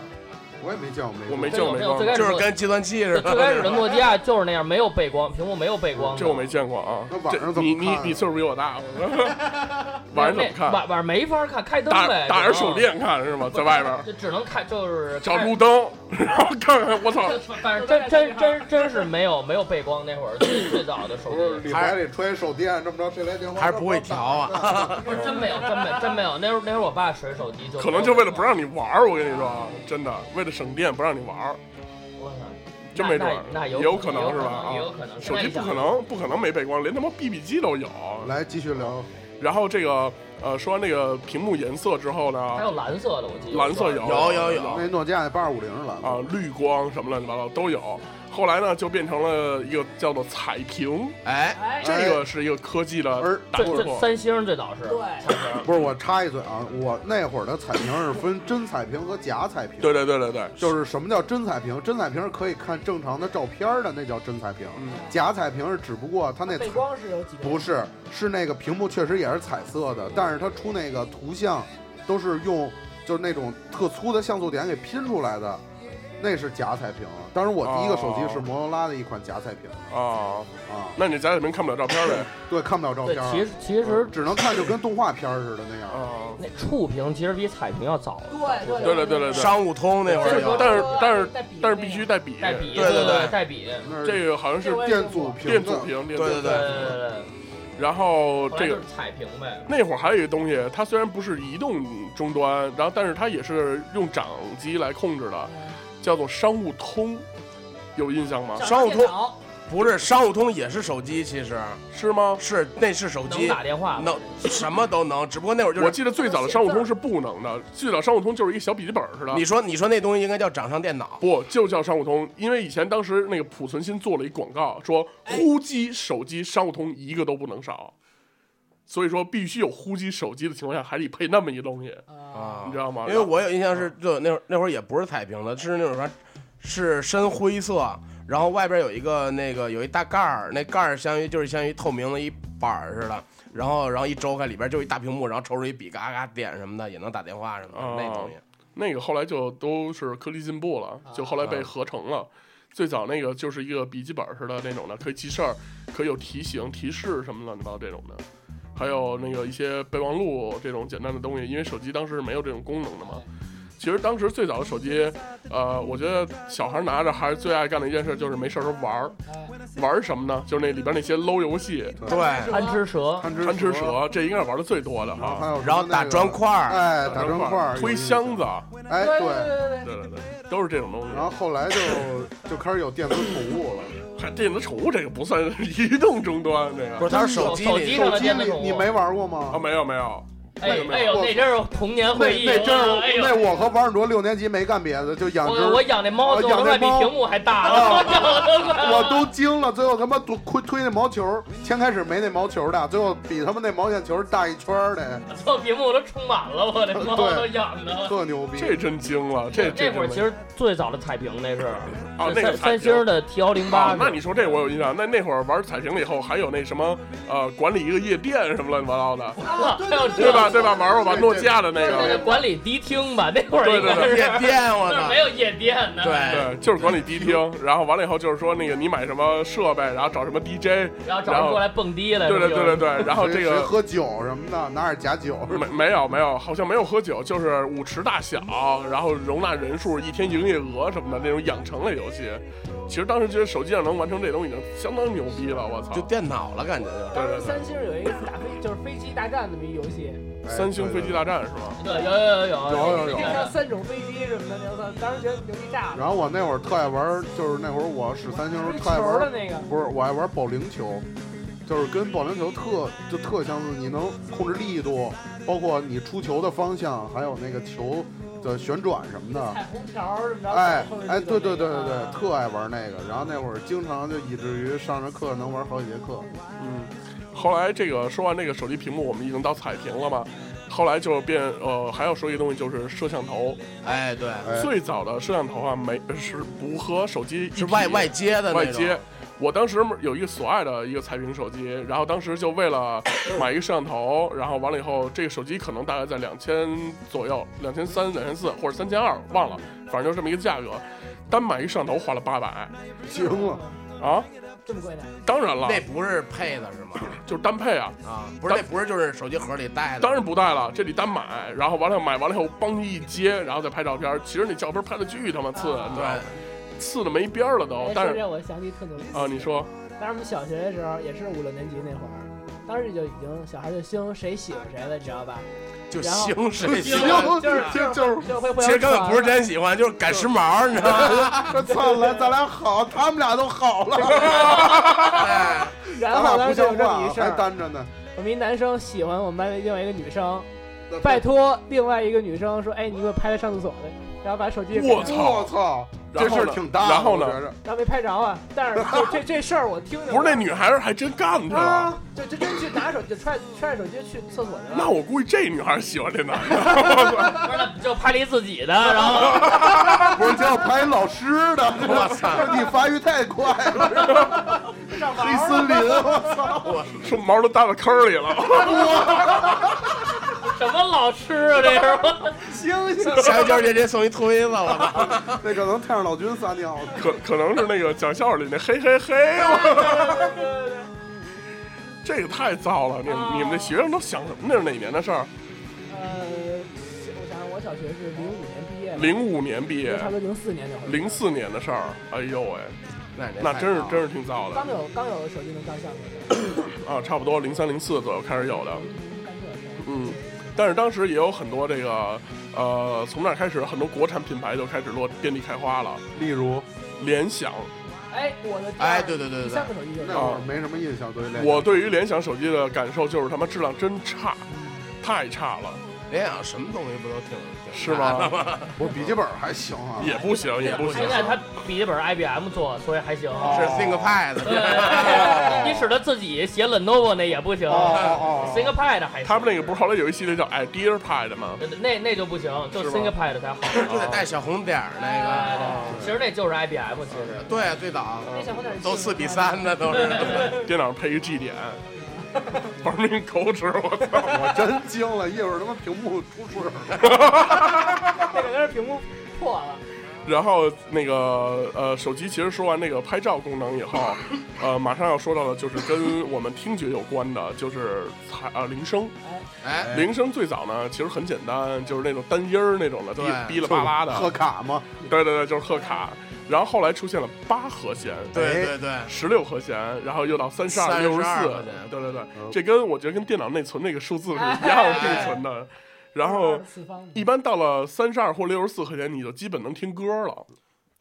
E: 我也没见过没
B: 我没
C: 真
B: 见过
C: 有
B: 没
C: 真有，
B: 光
C: 最开
B: 的，
C: 始
D: 就是
C: 诺
D: 跟计算器似
C: 最开始的
D: 的。
C: 诺基亚就是那样，没有背光，屏幕没有背光的。
B: 这我没见过啊
E: 那。晚上
B: 这
E: 怎么
B: 你你
E: 看啊
B: 你岁数比我大， 晚上怎么看？
C: 晚晚上没法看，开灯
B: 打
C: 呗，
B: 打着
C: 只能
B: 手电看是吗？在外边
C: 就只能看，就是
B: 找
C: 看
B: 路灯，然后看看我操，
C: 反正真真真真是没有没有背光那会儿最最早的 手
E: 不是
C: 机，
E: 李白里吹手电，这么着谁来电话？
D: 还是不会调啊，
C: 不是真没有真没真没有。那会儿那会儿我爸使手机就
B: 可能就为了不让你玩儿，我跟你说啊，真的，为了省电不让你玩儿，
C: 我操，
B: 真没准儿
C: 那那那有
B: 也有可能是吧啊
C: 也有可能，
B: 手机不可能啊不可能没背光，连他妈 BB 机都有。
E: 来继续聊，
B: 然后这个呃，说完这个屏幕颜色之后
C: 还
B: 呢，
C: 有蓝色的，我记得
B: 蓝色有
D: 有有有
E: 那诺基亚那八二五零是蓝的，
B: 啊，绿光什么乱七八糟都有。后来呢，就变成了一个叫做彩屏，
D: 哎，
F: 哎，
B: 这个是一个科技的
E: 而
B: 大
C: 这
B: 突
C: 这
B: 破。
C: 三星最早是
F: 对
E: 不是我插一嘴啊，我那会儿的彩屏是分真彩屏和假彩屏。
B: 对对对对对，
E: 就是什么叫真彩屏？真彩屏是可以看正常的照片儿的，那叫真彩屏。
B: 嗯
E: 假彩屏是只不过它那彩
F: 背光是有几个？
E: 不是，是那个屏幕确实也是彩色的，但是它出那个图像都是用就是那种特粗的像素点给拼出来的，那是假彩屏。当时我第一个手机是摩托罗拉的一款假彩屏
B: 啊，
E: 啊，
B: 那你家里面看不了照片呗？
E: 对，看不了照
C: 对
E: 片儿，嗯
C: 其实其实
E: 只能看就跟动画片儿似的那样。
B: 啊，
C: 那触屏其实比彩屏要早，
F: 对对
B: 对对对对对。
D: 商务通那会儿有，
B: 但是但是但是必须带笔，
C: 带笔
D: 对对对
C: 带笔，
E: 那
B: 这个好像是
F: 对
E: 电阻屏
B: 电
E: 子
B: 阻屏，电阻
D: 对
B: 屏。
D: 对
C: 对对对对，
B: 然后
C: 后来
B: 这
C: 就
B: 个
C: 是彩屏呗。
B: 那会儿还有一个东西，它虽然不是移动终端，然后但是它也是用掌机来控制
F: 嗯
B: 的，叫做商务通，有印象吗？
D: 商务通不是商务通也是手机，其实
B: 是吗？
D: 是那是手
C: 能
D: 机，
C: 打电话吗，
D: 能什么都能，只不过那会儿就
B: 我
D: 是
B: 记得最早的商务通是不能的，最早商务通就是一个小笔记本似的
D: 你。说你说那东西应该叫掌上电脑，
B: 不就叫商务通，因为以前当时那个濮存昕做了一广告，说呼机手机商务通一个都不能少，所以说必须有呼机手机的情况下，还得配那么一东西，
D: 啊
B: 你知道吗？
D: 因为我有印象
B: 嗯
D: 是，就那会儿那会儿也不是彩屏的，是那种啥，是深灰色，然后外边有一个那个有一大盖儿，那盖儿相当于就是相当于透明的一板儿似的，然后然后一周开里边就一大屏幕，然后抽出一笔嘎嘎点什么的，也能打电话什么的、
B: 哦
D: 那东西。
B: 那个后来就都是科技进步了，就后来
E: 啊
B: 被合成了。最早那个就是一个笔记本似的那种的，可以记事儿，可以有提醒、提示什么乱七八糟这种的，还有那个一些备忘录这种简单的东西，因为手机当时是没有这种功能的嘛。其实当时最早的手机，呃，我觉得小孩拿着还是最爱干的一件事就是没事儿时候玩儿，
E: 哎
B: 玩儿什么呢？就是那里边那些 low 游戏，
D: 对，
C: 贪吃蛇，
E: 贪吃
B: 贪吃，蛇，这应该是玩的最多的
E: 然后还
B: 哈。
E: 有什么
D: 然后打
E: 那个
D: 砖，块儿，
E: 哎，打砖块儿，
B: 推箱子，
E: 有印象，哎，对。
B: 对对对，都是这种东西。
E: 然后后来就就开始有电子宠物 了，
B: 还电子宠物这个不算是移动终端这
D: 不
B: 个
D: 是它是手机
C: 手
D: 里
C: 机
E: 手
C: 上
E: 机
C: 的电子
E: 你
C: 宠物
E: 你没玩过
B: 啊，
E: 吗？
B: 没有没有，
C: 哎
B: 那个
C: 哎呦，那真是童年
E: 那
C: 回忆，
E: 那真是
C: 哎
E: 我
C: 呦
E: 那我和王尔卓六年级没干别的，就养只
C: 我我养那猫，
E: 啊
C: 做的
E: 养那
C: 快比
E: 猫
C: 屏幕还大
E: 啊
C: 了，
E: 我都惊了，最后他妈推推推那毛球，先开始没那毛球大，最后比他妈那毛线球大一圈儿 的，
C: 做屏幕都充满了，我的猫
E: 对
C: 都养的。
E: 特牛逼。
B: 这真惊了，这
C: 那会儿
B: 真没
C: 其实最早的彩屏那是，
B: 哦那
C: 三
B: 个彩
C: 三
B: 屏
C: 星的 T 幺零
B: 啊
C: 八，，
B: 那你说这我有印象。那那会儿玩彩屏了以后，还有那什么呃，管理一个夜店什么乱七八糟的，
C: 还有
B: 对吧？对吧？玩过吧？
E: 对对
B: 诺基亚的那
C: 那个
B: 个，
C: 管理迪厅吧，那会儿应该
B: 对
C: 是
D: 夜店，我
C: 那
D: 操
C: 没！有夜店呢，
D: 对，
B: 对，就是管理迪厅。然后完了以后就是说那个你买什么设备，然后找什么 DJ，
C: 然后找人过来蹦迪来，
B: 对对
C: 是
B: 对
C: 不
B: 对
C: 是
B: 对。然后
E: 谁
B: 这
E: 谁
B: 个
E: 喝酒什么的，拿点假酒，
B: 没没有没有，好像没有喝酒，就是舞池大小，然后容纳人数、一天营业额什么的那种养成类游戏，其实当时觉得手机上能完成这东西已经相当牛逼了，我操
D: 就！电脑了，感觉
B: 对
D: 就。
F: 当
B: 对对
F: 时三星有一个打飞就是飞机大战那么一游戏，
E: 哎
B: 三星飞机。大战是吧？
C: 对，有有有有
E: 有有有
F: 天上三种飞机什么的，我操，当时觉得牛逼炸
E: 对对
F: 了。
E: 然后我那会儿特爱玩，就是那会儿我使三星时候
F: 吹
E: 特爱
F: 球
E: 玩
F: 的，那个，
E: 不是我爱玩保龄球，就是跟保龄球特就特相似，你能控制力度，包括你出球的方向，还有那个球的旋转什么的。
F: 彩虹条什么的。
E: 哎
F: 后面
E: 哎，对对对
F: 就有
E: 对
F: 那个
B: 啊
E: 对，特爱玩那个。然后那会儿经常就以至于上着课能玩好几节课。
B: 嗯，后来这个说完这个手机屏幕，我们已经到彩屏了嘛。后来就变呃，还要说一个东西，就是摄像头。
D: 哎，对，
E: 哎，
B: 最早的摄像头啊，没是不和手机一
D: 是
B: 体
D: 外外接的那
B: 外
D: 种
B: 接。我当时有一个索爱的一个彩屏手机，然后当时就为 了买一个摄像头，然后完了以后，这个手机可能大概在两千左右，两千三、两千四或者三千二，忘了，反正就这么一个价格。单买一摄像头花了八百
E: 惊了，
B: 啊！
F: 这么贵的，
B: 当然了，
D: 那不是配的是吗？
B: 就是单配啊，
D: 啊，不是，那不是就是手机盒里带的。
B: 当然不带了，这里单买，然后完了买完了以后，帮一接，然后再拍照片。其实那照片拍的巨他妈次，
D: 啊
B: 你知道吗
D: 对，
B: 次的没边儿了都
F: 哎。
B: 哦但
F: 说
B: 是
F: 这我想起特牛逼
B: 啊，你说
F: 当时我们小学的时候，也是五六年级那会儿，当时就已经小孩就兴谁喜欢谁了，你知道吧？
D: 就
F: 然后
D: 行谁
E: 行
D: 行。
F: 就是
E: 就就是，
F: 就会互
D: 其
F: 相
D: 实根本不是
F: 传
D: 真喜欢，就是赶时髦，你知道吗？
E: 这算了，咱俩好，他们俩都好了，
D: 哎
F: 然
E: 咱
F: 后
E: 俩
F: 当
E: 不
F: 时就有
E: 像
F: 这
E: 话
F: 么
E: 啊，
F: 一事
E: 还
F: 儿，
E: 单着呢。
F: 我们一男生喜欢我们班的另外一个女生，拜托另外一个女生说：“哎，你给我拍她上厕所来。”然后把手机给
B: 我
F: 她
E: 我操，这事儿挺大的。
B: 然后呢
E: 我觉着
F: 然后没拍着啊。但是这这这事儿我听着
B: 不是那女孩儿还真干去了。
E: 啊，
F: 就就真去拿手就揣揣着手机去厕所去
B: 那
F: 了。
B: 我估计这女孩儿喜欢这男的，
C: 不是就拍了一自己的，然后
E: 不是叫拍老 师的，
D: 我操
E: 这你发育太快了，
F: 上
E: 黑森 林，我操，
B: 说毛都搭到坑儿里了。
C: 什么老吃啊，这是
E: 星星，
D: 下一教直接送一推子，我操！
E: 那可能太上老君撒尿了。
B: 可可能是那个讲笑话里那嘿嘿嘿，我 这个太糟了！你你们这学生都想什么？那是哪年的事儿？
F: 呃，我想想，我小学是零五年毕业的，
B: 零五年毕业
F: 差，不多零四年那会儿，
B: 零四年的事儿。哎呦喂，
D: 那
B: 那真是真
D: 是
B: 是挺糟的
F: 刚有刚有手机能照相的时候，
B: 啊！差不多零三零四左右开始有的，
F: 干这事儿。
B: 嗯。但是当时也有很多这个，呃，从那儿开始，很多国产品牌就开始落遍地开花了，
E: 例如
B: 联想。
F: 哎，我的第二
D: 哎，对对对
F: 第
D: 对
F: 三个手机就是
E: 那会儿没什么印象，对联想
B: 我对于联想手机的感受就是他妈质量真差，太差了，
D: 对，联想什么东西不都挺挺
B: 是吗？
E: 我笔记本还行啊，
B: 也不行，也不行
C: 现。在哎他笔记本 IBM 做，所以还行。
D: 是 ThinkPad
C: 对
E: 哦，
C: 你使得自己写 Lenovo 那也不行
E: 哦哦哦
C: ，ThinkPad 还行
B: 他们那个不是后来有一系列叫 Idea Pad 吗？
C: 那那就不行，就是 t h i n
B: 吗
C: k p a d 才好。
D: 就得带小红点儿那
C: 其实那就是 IBM，其实
D: 个。对，啊最早
F: 那小红点儿
D: 都四比三的都是。
B: 电脑上配一 G 点，玩命口齿，我操！
E: 我真惊了，一会儿他妈屏幕出水了，
F: 那个那屏幕破了，
B: 然后那个呃，手机其实说完那个拍照功能以后，呃，马上要说到的就是跟我们听觉有关的，就是采啊、铃声。
D: 哎，
B: 铃声最早呢，其实很简单，就是那种单音儿那种的，哔
D: 对
B: 哔啦吧啦的。
E: 贺卡嘛，
B: 对对对，就是贺卡。然后后来出现了八和弦。
D: 对对对，
B: 十六和弦，然后又到三十二、六十
D: 32
B: 四
D: 和弦，
B: 对对对
E: 嗯，
B: 这跟我觉得跟电脑内存那个数字是一样定存的。然后
F: 四方的
B: 一般到了三十二或六十四和弦，你就基本能听歌了，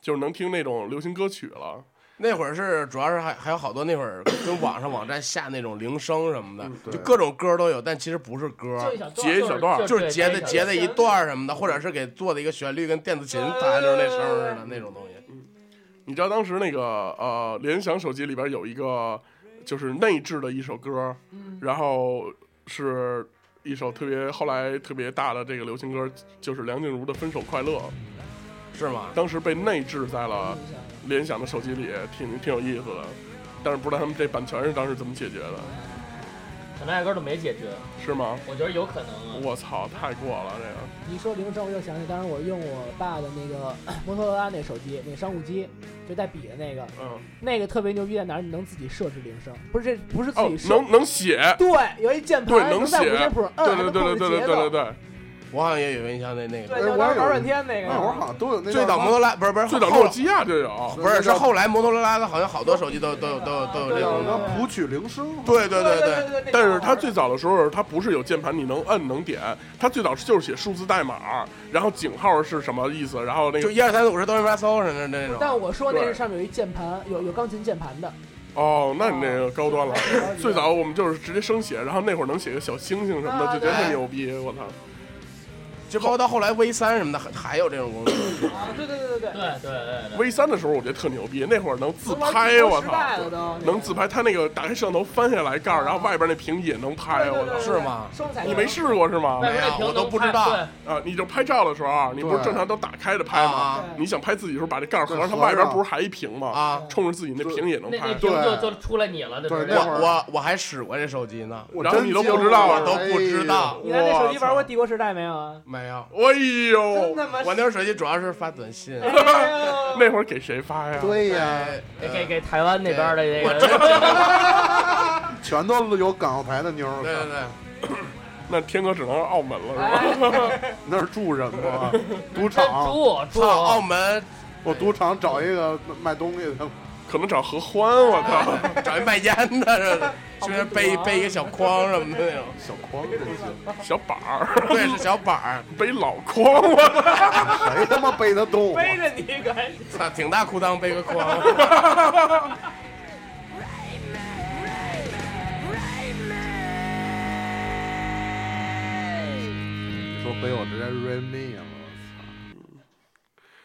B: 就是能听那种流行歌曲了。
D: 那会儿是主要是还还有好多那会儿跟网上网站下那种铃声什么的，
E: 对
D: 就各种歌都有，但其实不是歌
F: 就一，小段
B: 截一
F: 儿，
B: 小 段儿
D: 就是截的截
C: 的。
D: 的一段儿什么的，或者是给做的一个旋律，跟电子琴弹就是那声儿似的那种东西。
B: 你知道当时那个呃，联想手机里边有一个就是内置的一首歌，然后是一首特别后来特别大的这个流行歌，就是梁静茹的《分手快乐》，
D: 是吗？
B: 当时被内置在了联想的手机里，挺挺有意思的。但是不知道他们这版权是当时怎么解决的，
C: 可能压根儿都没解决，
B: 是吗？
C: 我觉得有可能啊。
B: 我操，太过了这个！
F: 一说铃声，我就想起当时我用我爸的那个摩托罗拉那手机，那商务机，就带笔的那个，
B: 嗯，
F: 那个特别牛逼在哪儿？你能自己设置铃声，不是这不是自
B: 哦
F: 己，设，
B: 能能写，
F: 对，有一键
B: 对
F: 盘
B: 能
F: 在五
B: 写
F: 线谱，
B: 对对
F: 摁，哎
D: 呃
F: 还能
B: 对对
F: 控制
B: 对对
F: 节
B: 对对
F: 奏，
B: 对，
D: 我好像也有印象那那个
F: 对，就是当时玩半天那个。啊
E: 那会儿好像都有那
D: 最早摩
E: 的
D: 托拉不是不是
B: 最早
D: 后
B: 诺基亚啊就 有，
D: 不是是后来摩托罗拉的，好像好多手机都都有都有都有这
E: 叫
D: 功
E: 什么
D: 能。
E: 谱曲铃声，
D: 对对
F: 对
D: 对，
F: 对对，
B: 但是它最早的时候，它不是有键盘你能摁能点，它最早就是写数字代码，然后井号是什么意思，然后那
D: 就
B: 个
D: 一二三四五是哆来咪发嗦什么的那种。
F: 但我说那
B: 对
F: 是上面有一键盘，有有钢琴键盘的。
B: 哦，那你那个高端了。
D: 哦
B: 最早我们就是直接生写，然后那会儿能写个小星星什么
D: 啊
B: 的，就觉得特牛逼，我操！
D: 就包括到后来 V 三什么的，还还有这种功能。
F: 啊，对对对对
C: 对对对对，
B: V 三的时候我觉得特牛逼，那会儿能自
F: 都玩
B: 拍，我
F: 时
B: 操！
F: 代了都
B: 能自拍，他那个打开摄像头翻下来盖儿，然后外边那屏也能拍，我操！
D: 是吗？
F: 双彩
B: 你没试过是吗？
C: 外边那
D: 没有
C: 屏
D: 我都
C: 能
D: 不知
C: 看
D: 道
C: 对
B: 啊，你就拍照的时候，你不是
E: 对
B: 正常都打开着拍吗？
D: 啊
B: 你想拍自己的时候把这盖儿合上，
E: 对
B: 它
E: 合
B: 外边
E: 上
B: 不是还一屏吗？
D: 啊！
B: 冲着自己那屏也能
C: 那那
B: 拍
C: 屏，
E: 对
C: 就就出来你了，那
E: 对
C: 不是
E: 那会
D: 我
E: 儿
D: 我我还使过这手机呢，
E: 我
B: 然后
E: 真
B: 你都
E: 惊
B: 不知道
E: 了哎
D: 我都不知道。
F: 你拿那手机玩
B: 我啊
F: 过《
B: 操
F: 帝国时代》没有啊？
D: 没有，
B: 哎呦，
F: 的吗哎
D: 我那会儿手机主要是发短信。
B: 那会儿给谁发哎呀？
E: 对呀，
D: 哎
C: 给给给台湾那边的这
D: 我
C: 个
D: 真
E: 全都有港澳台的妞
D: 对对
E: 儿，
D: 对，
B: 那天哥只能是澳门了，是吧？
F: 哎
E: 那是住人吗？赌
C: 真
E: 场，
C: 住住
D: 操，澳门
E: 我赌场找一个卖东西的，
B: 可能找合欢，我操！
F: 哎
D: 找一卖烟的似 的，就是背
B: 啊
D: 背一个小筐什么的那种，
E: 小筐这些，
B: 小板儿
D: 对，是小板儿，
B: 背老筐，我操！
E: 谁他妈背得动啊？
F: 背着你可还
D: 操，挺大裤裆背个筐。
E: 说背我直接 Redmi 了，我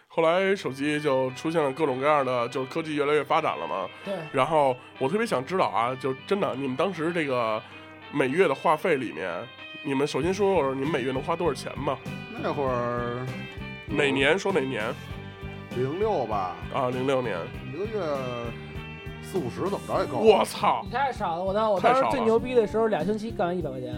B: 后来手机就出现了各种各样的，就是科技越来越发展了嘛。
F: 对。
B: 然后我特别想知道啊，就真的你们当时这个每月的话费里面，你们首先说说你们每月能花多少钱吧？
E: 操！那会儿
B: 哪年说哪年
E: 零六吧，
B: 啊？零六年，
E: 一个月四五十，怎么着
D: 哦
E: 也够。
B: 我操
F: 你太少了，我当我当时
B: 太少
F: 最
B: 了
F: 牛逼的时候，俩星期干完一百块钱。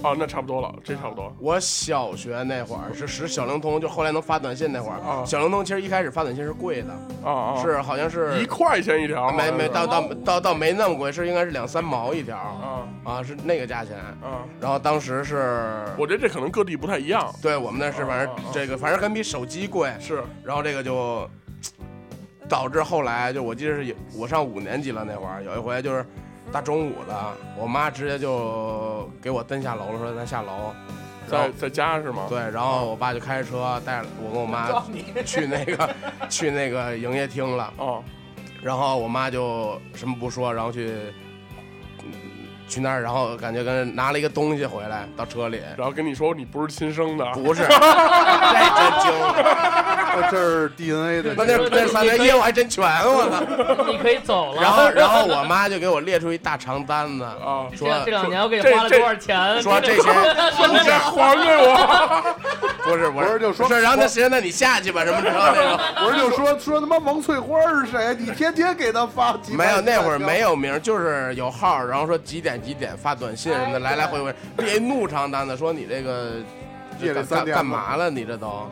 B: 啊，那差不多了，这差不多。
D: 我小学那会儿是使小灵通，就后来能发短信那会儿。
B: 啊
D: 小灵通其实一开始发短信是贵的，
B: 啊啊，
D: 是好像是
B: 一块钱一条，
D: 没没
B: 到
D: 到到到到没那么贵，是应该是两三毛一条
B: 啊
D: 啊，是那个价钱。
B: 啊，
D: 然后当时是，
B: 我觉得这可能各地不太一样，
D: 对我们那是反
B: 啊啊啊
D: 正这个反正肯比手机贵，
B: 是
D: 然后这个就导致后来就我记得是有我上五年级了那会儿，有一回就是大中午的，我妈直接就给我蹬下楼了，说咱下楼。然
B: 在
D: 后
B: 在家是吗？
D: 对，然后我爸就开着车带着我跟我妈
F: 告诉 你，
D: 去那个 去那个营业厅了，
B: 哦，
D: 然后我妈就什么不说，然后去嗯去那儿，然后感觉跟拿了一个东西回来到车里，
B: 然后跟你说你不是亲生的，
D: 不是，这 真惊了，
E: 那这是 DNA 的
D: 那那那三连衣我还真全我操，
C: 你可以走了。
D: 然 后然后我妈就给我列出一大长单子，
B: 啊，
C: 这
D: 说
C: 这两年我给你
B: 这
C: 花了多少钱？
D: 说这 些
B: 你
D: 不是
B: 该还给我。
D: 不是不
E: 不是就说
D: 不是，然后那谁那你下去吧什么之后 那种。
E: 不是就说说他妈王翠花是谁？你天天给他发几百
D: 没有，那会儿
E: 条
D: 没有名儿，就是有号儿，然后说几点几点发短信什么的，来来回回列一怒长单子，说你这个
E: 夜里
D: 干
E: 三
D: 干
E: 点
D: 干
E: 吗
D: 嘛了？你这都，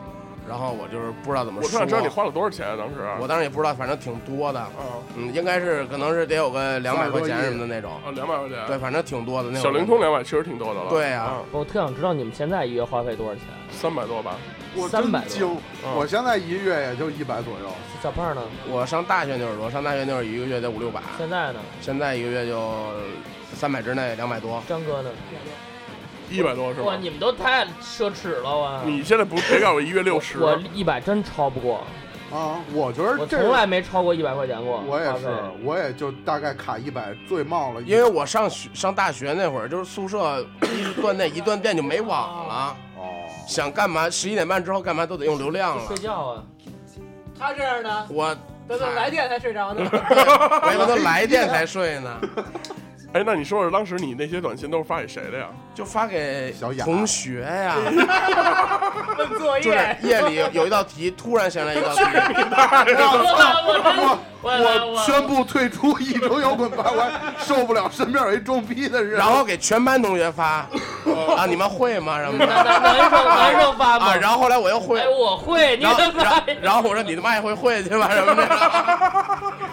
D: 然后我就是不知道怎么
B: 我
D: 说。
B: 特想知道你花了多少钱啊当时。
D: 我当时也不知道，反正挺多的，
B: 啊
D: 嗯，应该是可能是得有个两百块钱什么的那种，
B: 啊，两百块钱。
D: 对，反正挺多的。那会儿
B: 小灵通两百确实挺多的了。
D: 对啊
B: 啊，
C: 我特想知道你们现在一月花费多少钱？
B: 三百多吧。
E: 我
C: 三百多
E: 真惊！
B: 嗯
E: 我现在一月也就一百左右，
C: 小胖呢？
D: 我上大学那会儿多，上大学那会儿一个月得五六百，
C: 现在呢？
D: 现在一个月就三百之内，两百多。
C: 张哥呢？
B: 一百多是
C: 哇，
B: 吧？
C: 你们都太奢侈了哇！
B: 你现在不别告诉我一月六
D: 啊
B: 十，
C: 我一百真超不过，
E: 啊，我觉得
C: 我
E: 这
C: 从来没超过一百块钱过。
E: 我也
C: 花费
E: 是，我也就大概卡一百最冒了，
D: 因为我上学上大学那会儿，就是宿舍一断电一断电就没网了，
E: 哦，
D: 想干嘛十一点半之后干嘛都得用流量
C: 睡
D: 了。
C: 觉啊，
F: 他这样呢，
D: 我哎
F: 等等来电才睡 着呢。
D: 我一般都来电才睡呢，
B: 哎，那你说说当时你那些短信都是发给谁的呀？
D: 就发给
E: 小雅
D: 同学呀，
F: 问作
D: 就是
F: 业，
D: 夜里有一道题，突然想来一道题，
E: 我
C: 我
E: 我宣布退出一周摇滚吧，我还受不了身边有一装逼的人，
D: 然后给全班同学发，啊你们会吗什么
C: 难
D: 的
C: 难难受难受发吗？
D: 啊，然后后来
C: 哎
D: 我又会
C: 哎，，我会，你
D: 然后
C: 怎
D: 然后
C: 么？
D: 然后我说你他妈也会会去吧什么的，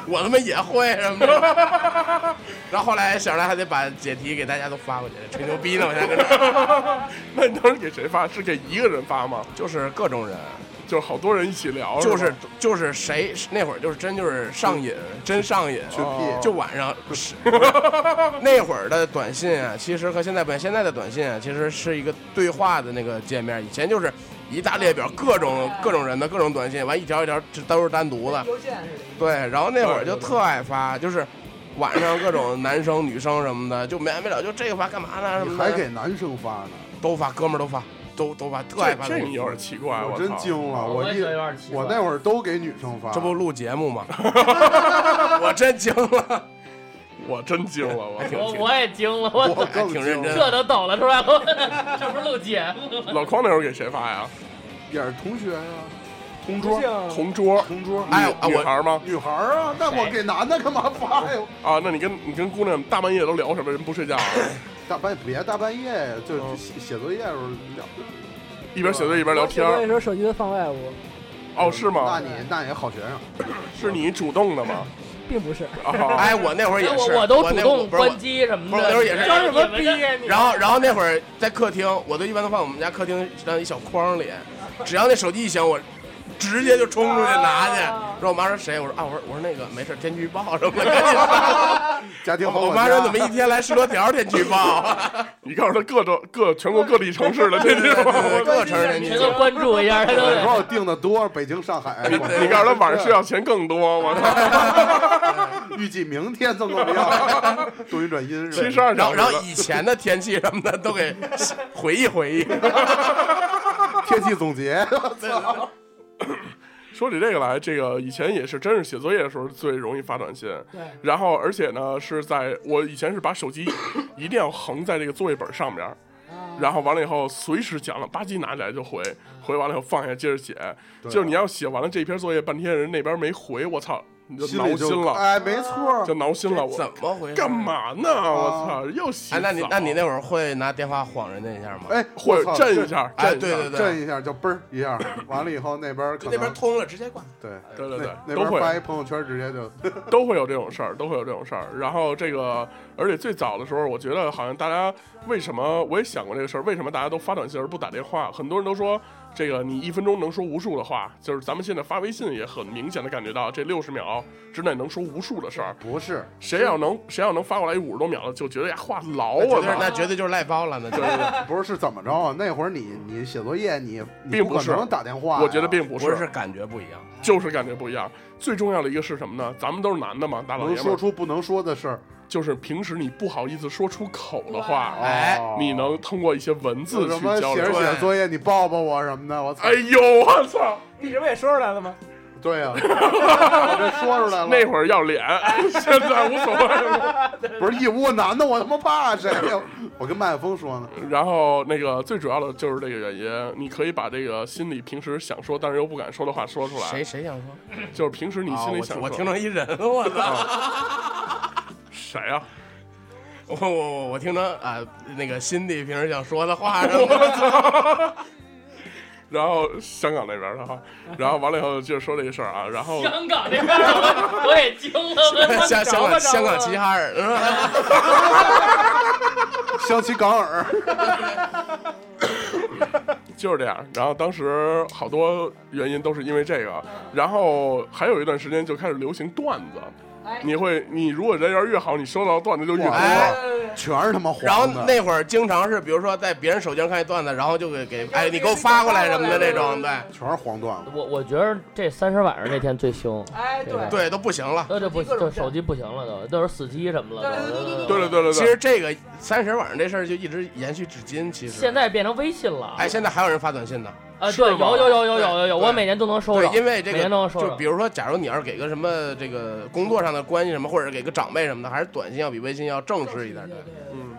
D: 我他妈也会什么的。然后后来小赖还得把解题给大家都发过去，吹牛逼呢，我现在跟着，
B: 那你当时给谁发？是给一个人发吗？
D: 就是各种人，
B: 就是好多人一起聊，
D: 就是是
B: 吗
D: 就是谁那会儿就是真就是上瘾，真上瘾，哦
E: 去屁
D: 就晚上是 那会儿的短信啊，其实和现在不一样现在的短信啊，其实是一个对话的那个界面，以前就是一大列表，各种各种人的各种短信，完一条一条这都是单独的，
F: 邮件似的。
D: 对，然后那会儿就特爱发，就是晚上各种男生女生什么的，就没完没了，就这个发干嘛呢什
E: 你
D: 么
E: 还
D: 的，
E: 给男生发呢，
D: 都发，哥们儿都发，都都发，特爱发
B: 这
D: 东
B: 这你
D: 西。
B: 有点奇怪，
E: 我
B: 我
E: 真
B: 操
E: 惊了，我
C: 也
E: 一
C: 觉得有点奇怪。
E: 我那会儿都给女生发，
D: 这不录节目吗？我真惊了，
B: 我真惊了，我
D: 挺
B: 操
C: 我我也惊了，我
E: 我
C: 操，
E: 更
D: 挺认
E: 惊
D: 真
C: 这
E: 了
C: 都抖了出来了，这不是录节目吗？
B: 老匡那会儿给谁发呀？
E: 也是 同学啊，
B: 同
F: 桌不是
B: 同桌，
E: 同桌，
D: 哎
B: 女
D: 啊
B: 女
D: 我
B: 孩儿吗？
E: 女孩儿啊，那我
C: 谁
E: 给男的干嘛发呀？
B: 啊，那你跟你跟姑娘大半夜都聊什么？人不睡觉啊，
E: 大半别大半夜呀，就
B: 哦
E: 就写写作业的时候聊。
B: 一边写作业一边聊天儿。
F: 我那时候手机都放外屋，
B: 哦，是
E: 那
B: 吗？
E: 你那也好学生，
B: 是你主动的吗？
F: 并不是。
B: 啊，
D: 哎，我那会儿也是，
C: 我我都主
D: 那会儿
C: 动
D: 不是我
C: 关机什么
D: 不是
C: 的，
D: 我那会儿也是
C: 装什么逼
F: 你
C: 呀
F: 们
C: 你？
D: 然后，然后那会儿在客厅，我都一般都放我们家客厅那一小筐里，只要那手机一响，我直接就冲出去拿去。
C: 哦
D: 然后我妈说谁？我说啊，我说我说那个没事，天气预报什么的。赶紧发
E: 家庭好
D: 我
E: 管
D: 妈
E: 家。
D: 说怎么一天来十多条天气预 报？
B: 你告诉他各州各全国各地城市的，这
D: 对
B: 地
D: 对对
B: 方。
D: 各城人
C: 你
D: 气
C: 全。都关注一下，他都
E: 你
C: 得
E: 说我订的多，北京、上海。
B: 哎你 你告诉他晚上睡觉钱更多，我操，
E: 预计明天增购量，多云转阴是吧？
B: 七十二小
D: 然后，
B: 时
D: 然后
B: 了。
D: 以前的天气什么的都 给回忆回忆。
E: 天气总结，
B: 说起这个来，这个以前也是，真是写作业的时候最容易发短信。
F: 对，
B: 然后，而且呢，是在我以前是把手机一定要横在这个作业本上边儿，然后完了以后随时讲了，吧唧拿起来就回，回完了以后放下接着写。就是你要写完了这篇作业，半天人那边没回，我操，你就
E: 心
B: 挠
E: 里
B: 心
E: 就
B: 了，
E: 哎，没错
B: 就，挠心了。我
D: 怎么回事？
B: 干？嘛呢？我操，又洗
D: 哎，那你
B: 澡
D: 那你那会儿会拿电话晃人家一下吗？
E: 哎，
B: 或
E: 我
B: 者
E: 操
B: 震一，下，
D: 哎，
B: 震一
D: 对
B: 下
D: 对对，
E: 震一下就嘣儿一下，完了以后那边可
D: 就
E: 能
D: 那边通了直接挂。
E: 对
B: 对对
E: 那
B: 对，
E: 那
B: 都
E: 边
B: 会
E: 发一朋友圈直接就
B: 都会有这种事儿，都会有这种事儿。然后这个，而且最早的时候，我觉得好像大家为什么我也想过这个事儿，为什么大家都发短信而不打电话？很多人都说这个你一分钟能说无数的话，就是咱们现在发微信也很明显的感觉到，这六十秒之内能说无数的事儿。
E: 不是
B: 谁要能谁要能发过来五十多秒的，就觉得呀话痨
D: 那
B: 我
D: 绝对
B: 操！
D: 那绝对就是赖包了，那就
B: 对
D: 是。
B: 对对
E: 不是是怎么着啊？那会儿你你写作业你你
B: 并
E: 不
B: 不
E: 可
B: 是
E: 能打电话呀，
B: 我觉得并不
D: 不是，
B: 是，
D: 是感觉不一样。
B: 就是感觉不一样。最重要的一个是什么呢？咱们都是男的嘛，大老
E: 能
B: 爷们
E: 说
B: 儿，
E: 出不能说的事儿，
B: 就是平时你不好意思说出口的话，
D: 哎
E: 哦
B: 你能通过一些文字
E: 有什
B: 去
E: 么
B: 交
E: 写着
B: 流。
E: 写着作业你抱抱我什么的，我操
B: 哎，呦，我操！
F: 你这不也说出来了吗？
E: 对呀，我这说出来了，
B: 那会儿要 脸， 现在无所谓了。
E: 不是一屋男的，我他妈怕谁呀？ 我跟麦克 风说呢，
B: 然后那个最主要的就是这个原因，你可以把这个心里平时想说但是又不敢说的话说出来。
D: 谁想说？
B: 就是平时你
D: 啊，
B: 心里
D: 我
B: 想
D: 听
B: 说。
D: 我听成一人，我操！
B: 谁啊？
D: 啊我我我我听成啊，那个辛迪平时想说的话什么的。
B: 然后香港那边的哈，然后完了以后接着说这个事儿啊，然后
C: 香港这边儿我也惊了， 我
D: 香香
F: 着吧
D: 港香港齐哈尔，
E: 香起港耳，
B: 就是这样。然后当时好多原因都是因为这个，然后还有一段时间就开始流行段子。你会，你如果人缘越好，你收到段子就越
E: 哇
B: 多。
D: 哎
E: 全是他妈
D: 然后
E: 黄的。
D: 那会儿经常是，比如说在别人手机上看一段子，然后就给给哎你给我发过来什么的这种，对
E: 全是黄段子，
C: 我我觉得这三十晚上那天最凶，
F: 哎，对
C: 对
D: 对都不行了。
C: 都这不
F: 手机各种
C: 这手机不行了都，都是死机什么了
F: 对对对
C: 都。
B: 对了对了对了，
D: 其实这个三十晚上这事儿就一直延续至今，其实
C: 现在变成微信了。
D: 哎现在还有人发短信呢。
C: 啊，
B: 是吗
C: 对，有有有有有有有，
D: 对
C: 我每年都能收
D: 对
C: 着，，
D: 因为这
C: 每
D: 个
C: 年都能收
D: 就
C: 着
D: 比。如说，假如你要是给个什么这个工作上的关系什么，或者给个长辈什么的，还是短信要比微信要正式一点。对，
B: 嗯，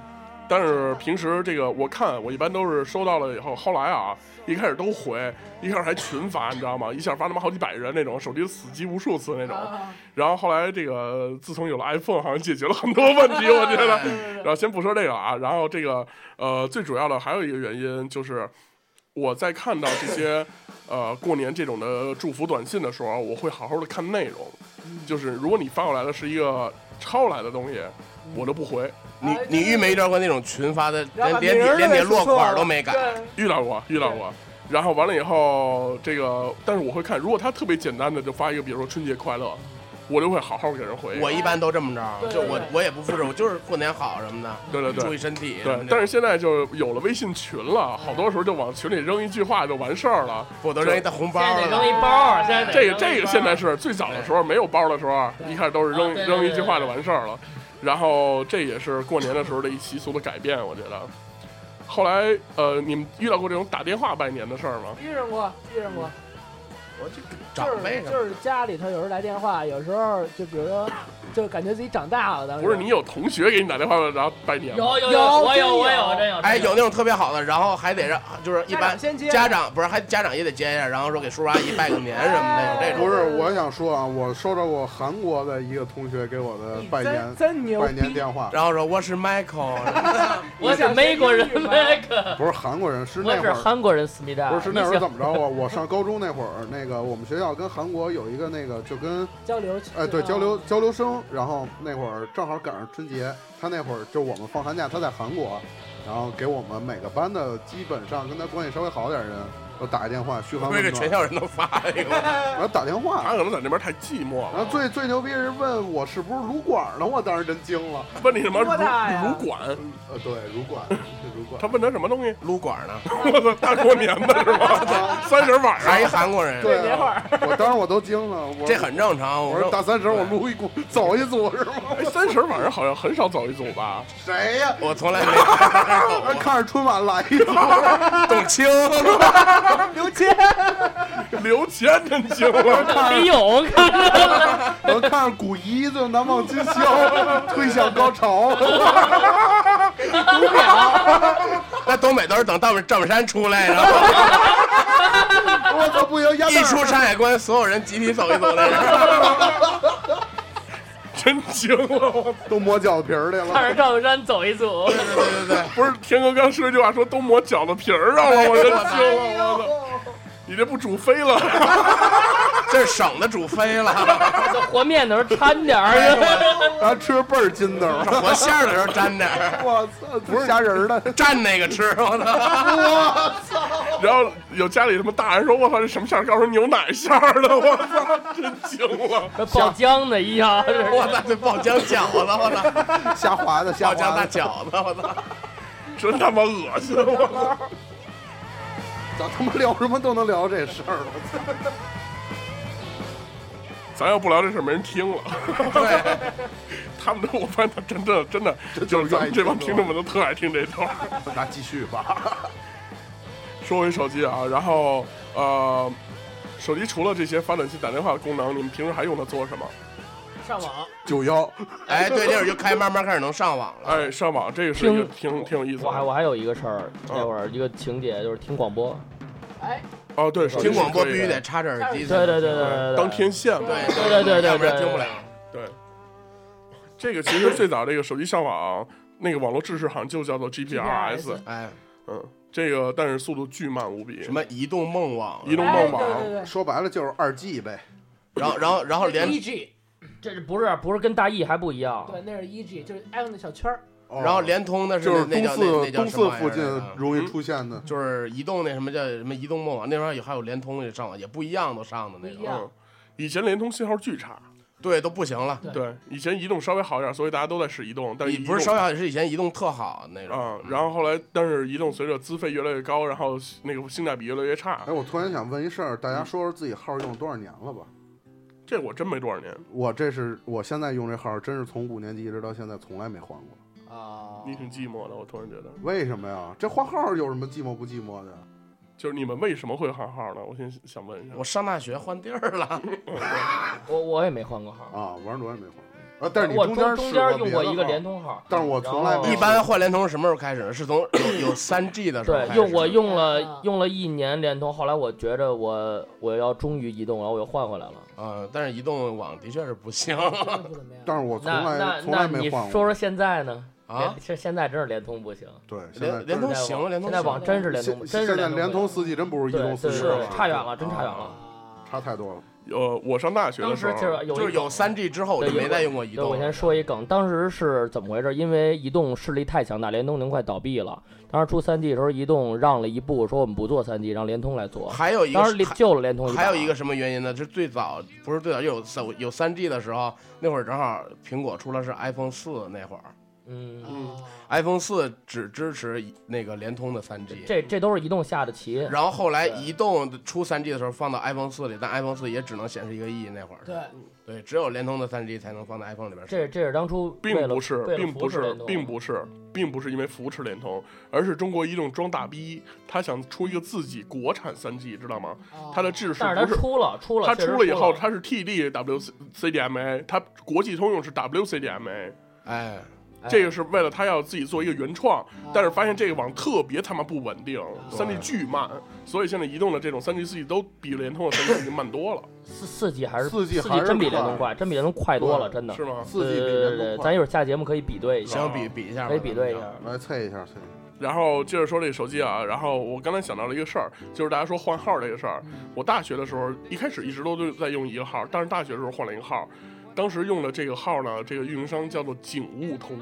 B: 但是平时这个我看我一般都是收到了以后，后来啊，一开始都回，一开始还群发，你知道吗？一下发他妈好几百人那种，手机死机无数次那
F: 啊
B: 种。然后后来这个自从有了 iPhone，好像解决了很多问题，我觉
D: 嗯
B: 得。然后先不说这个啊，然后这个呃最主要的还有一个原因就是我在看到这些呃过年这种的祝福短信的时候，啊我会好好的看内容。
D: 嗯
B: 就是如果你发过来的是一个抄来的东西，
D: 嗯
B: 我就不回。
D: 你你遇没遇到过那种群发的，
F: 然后
D: 连
F: 把
D: 连
F: 名
D: 底
F: 儿
D: 连
F: 给
D: 底落
F: 说错
D: 款
F: 了
D: 都没改，
F: 对
B: 遇到过，遇到过。然后完了以后，这个但是我会看，如果他特别简单的就发一个，比如说春节快乐，我就会好好给人回。
D: 我一般都这么着，
F: 对
D: 就
F: 对
D: 我
F: 对
D: 我也不复制，我就是过年好什么的，
B: 对对对
D: 注意身体什么
B: 对
D: 的。，
B: 但是现在就有了微信群了，好多时候就往群里扔一句话就完事儿了。
D: 我都扔一大红包
C: 现在得
D: 了
C: 扔一包，现 在得
B: 这
C: 扔一
B: 个
C: 包
B: 这个现在是最早的时候没有包的时候，一开始都是扔
C: 啊对对
B: 扔一
C: 对
B: 句
C: 对
B: 话就完事儿了。然后这也是过年的时候的一习俗的改变，我觉得。后来呃，你们遇到过这种打电话拜年的事儿吗？
F: 遇上过，遇上过，
D: 我这
F: 就
D: 长辈
F: 是
D: 什么
F: 就是家里头有时候来电话，有时候就比如说，就感觉自己长大了，当时
B: 不是你有同学给你打电话然后拜年吗？
C: 哎有有
F: 有
C: 我有我
F: 真有
C: 有真有
D: 哎，有
C: 真
D: 那种特别好的，然后还得让就是一
F: 家
D: 般
F: 长先接
D: 家长不是还家长也得接一下，然后说给叔叔阿姨拜个年什么的，有这
F: 哎
D: 种
E: 不是，我想说啊，我收到过韩国的一个同学给我的拜年
F: 真真牛
E: 拜年
F: 逼，
E: 电话，
D: 然后说我是 Michael，什 么的
C: 我是美国人
F: 我想说英语
C: 那个，
E: 不是韩国人，是
C: 我
E: 那会
C: 是
E: 儿
C: 韩国人思密达，
E: 不是是那会
C: 你
E: 儿
C: 想
E: 怎么着啊？我上高中那会儿，那个我们学校跟韩国有一个那个就跟
F: 交流啊
E: 哎对 交流交流生，然后那会儿正好赶上春节，他那会儿就我们放寒假，他在韩国，然后给我们每个班的基本上跟他关系稍微好点儿的人都打一电话嘘寒
D: 会
E: 问
D: 给
E: 暖
D: 全，校人都发一个。
E: 然后打电话，
B: 他可能在那边太寂寞了。
E: 然
C: 啊
E: 后最最牛逼是问我是不是撸管呢？我当时真惊了。
B: 问你什么
F: 多大呀
B: 如如管？
E: 呃，对，撸管，是撸管
B: 他。问他什么东西？
D: 撸管呢，
B: 我操，大过年的是吧？三十晚
C: 哎
D: 还一
B: 上，
D: 韩国人，
E: 对
F: 年画
E: 啊， 我当时我都惊了。我
D: 这很正常。
E: 我
D: 我
E: 说
D: 说
E: 大三十我撸一股走一组是吗？
B: 哎三十晚上好像很少走一组吧？
E: 谁呀？
D: 我从来没 我
E: 看着春晚来一 组，
D: 董卿，
F: 刘谦，
B: 刘谦真精了，
C: 没有，看
E: 能看着古一就难忘今宵，推向高潮。
D: 那东北都是等赵本赵本山出来，然后
E: 我操，不行，压
D: 一
E: 蛋
D: 出
E: 儿。
D: 山海关，所有人集体走一走在这儿。
B: 真精了！我操
E: 都磨脚皮儿去
C: 着
E: 了。
C: 赵本山走一 组，
D: 对对对对，
B: 不是天哥刚说一句话，说都抹饺子皮儿上了，我真惊了！我操，你这不煮飞了？
D: 这是省的煮飞了，
C: 这和面的时候掺点
D: 哎
C: 儿，
E: 然后吃倍儿筋道儿。
D: 和馅儿的时候沾点儿，
E: 我操，不是虾仁儿 的。
D: 蘸那个吃，我操！
B: 然后有家里什么大人说：“我操，这什么馅儿？”告诉牛奶馅儿的，我操，真精了！
C: 爆浆的一样， 这
D: 我操，这爆浆饺子，我操，
E: 虾滑的，虾
D: 爆浆
E: 滑
D: 大
E: 的，
D: 饺子，我操！
B: 真他妈恶心！我操，
E: 咱他妈聊什么都能聊这事儿。我操，
B: 咱要不聊这事儿，没人听了。
D: 对，
B: 他们都，我发现他真的真的，就是咱们这帮听众们都特爱听这段儿。
E: 那继续吧。
B: 说回手机啊，然后呃，手机除了这些发短信、打电话的功能，你们平时还用它做什么？
C: 上网
E: 九幺，
D: 哎，对，那会儿就开慢慢开始能上网了。
B: 哎，上网这个是一个
C: 听
B: 挺挺有意思
C: 我还
B: 的。
C: 我还有一个事儿，
B: 嗯
C: 那会儿一个情节就是听广播，
F: 哎，
B: 哦，对，手机
D: 听广播
B: 是
D: 必
B: 可以
D: 须
B: 的
D: 得插着耳机才
C: 对
D: 能，
C: 对对对对，
B: 当天线嘛。
D: 对
C: 对对对对
D: 要不然
C: 对
D: 听不了。
B: 对，这个其实最早这个手机上网，那个网络制式好像就叫做 GPRS，
D: 哎，
B: 嗯，这个但是速度巨慢无比
D: 什。么移动梦网，啊
B: 移动
F: 哎
B: 梦网
F: 对对对，
E: 说白了就是二 G 呗。
D: 然后然后然后 连
F: E G，
C: 这是不是不是跟大 E 还不一样？
F: 对，那是 E G，就是 iPhone 的小圈儿，
E: 哦
D: 然后联通的是
E: 就是
D: 那
E: 东
D: 那叫那那
E: 四
D: 叫什
E: 东
D: 么
E: 四
D: 玩意
E: 附
D: 儿啊嗯
E: 近
D: 来着
E: 容易出现的。
D: 就是移动那什么叫什么移动梦网，那时候也还有联通也上网，也不一样都上的那
F: 不一
D: 个，
F: 样
B: 嗯，以前联通信号巨差，
D: 对，都不行了。
F: 对
B: 对，以前移动稍微好一点，所以大家都在使移动，但
D: 你
B: 是
D: 不是稍小，是以前移动特好那种。
B: 啊、然后后来，但是移动随着资费越来越高，然后那个性价比越来越差
E: 哎，，我突然想问一事儿，大家说说自己号用了多少年了吧？
B: 这我真没多少年。
E: 我这是我现在用这号，真是从五年级一直到现在从来没换过。
F: 啊
B: 你挺寂寞的，我突然觉得，
E: 为什么呀？这换号有什么寂寞不寂寞的？
B: 就是你们为什么会换号呢？我先想问一下
D: 我。上大学换地儿了，
C: 我我也没换过号，
E: 啊，玩儿多也没换。啊，但是你
C: 我
E: 间
C: 中
E: 中
C: 中间用过一个联
E: 通，
C: 通号，
E: 但是我从来没
C: 然后
D: 一般换联通是什么时候开始呢？是从有有 三 G 的时候开
C: 对
D: 始。
C: 用我用了
F: 啊
C: 用了一年联通，后来我觉着我我要忠于移动，然后我又换回来了。
D: 嗯，但是移动网的确是不行。
F: 真的不怎么样。啊
E: 但是我从
C: 那
E: 来
C: 那
E: 从
C: 那
E: 来没
C: 你
E: 换
C: 说
E: 过。
C: 说现在呢？
D: 啊
C: 联，其实现在真是联通不行，
E: 对，现在
D: 联联通
C: 现在
D: 行，联通
C: 现在
D: 行
C: 网真是联通，真
E: 现
C: 是
E: 现在联通
C: 不行
E: 司机真不如移动司
C: 对
E: 机
C: 对
E: 了
C: 对，，差远了，真差远
E: 啊
C: 了。
E: 差太多了。
B: 呃，我上大学的
C: 当
B: 时
C: 时
B: 候，
C: 就是有
D: 就是
C: 一
D: 有三 G 之后我就
C: 对
D: 没再用过
C: 对，
D: 移动
C: 我
D: 了。
C: 先说一梗，当时是怎么回事？因为移动势力太强大，联通已经快倒闭了。当时出三 G 的时候，移动让了一步，说我们不做三 G，让联通来做。
D: 还有一个
C: 当时
D: 是
C: 联救了联通一把
D: 还有一个什么原因呢？就是最早不是最早就有手有三 G 的时候，那会儿正好苹果出了是 iPhone 四那会儿
C: 嗯，
D: ，iPhone 四只支持那个联通的三 G，
C: 这这都是移动下的棋。
D: 然后后来移动出三 G 的时候放到 iPhone 四里，但 iPhone 四也只能显示一个 E 亿那会儿，
F: 对，
D: 对，只有联通的三 G 才能放到 iPhone 里边。
C: 这这是当初为
B: 并
C: 了
B: 不是，
C: 为了
B: 并不
C: 扶持
B: 是
C: 联，通
B: 并不是，并不是因为扶持联通，而是中国移动装大逼，他想出一个自己国产三 G，知道吗？
F: 啊
B: 他的制式
C: 但是
B: 不
C: 它
B: 是。
C: 出了出了，
B: 他
C: 确实
B: 出了以后，
C: 了
B: 他是 TD WCDMA，他国际通用是 WCDMA，
D: 哎，
B: 这个是为了他要自己做一个原创，
C: 哦
B: 但是发现这个网特别他妈不稳定，三 G 巨慢，所以现在移动的这种三 G、四 G 都比联通的三 G 已经 慢多了，
C: 四四 G 还是
E: 四 G
C: 四
E: 还
C: G
E: 是
C: 真比联
E: 快
C: 通快，真比联通快多了，
E: 对
C: 真的。
B: 是吗？
E: 四 G 比联
C: 对对
E: 通
C: 对呃咱
E: 快，
C: 一会儿下节目可以比对一下，
D: 行，比比一下吧，
C: 可以比对一下。
E: 来测一下，测一下。
B: 然后接着说这手机啊，然后我刚才想到了一个事儿，就是大家说换号这个事儿。我大学的时候一开始一直都就在用一个号，但是大学的时候换了一个号，当时用的这个号呢，这个运营商叫做景物通，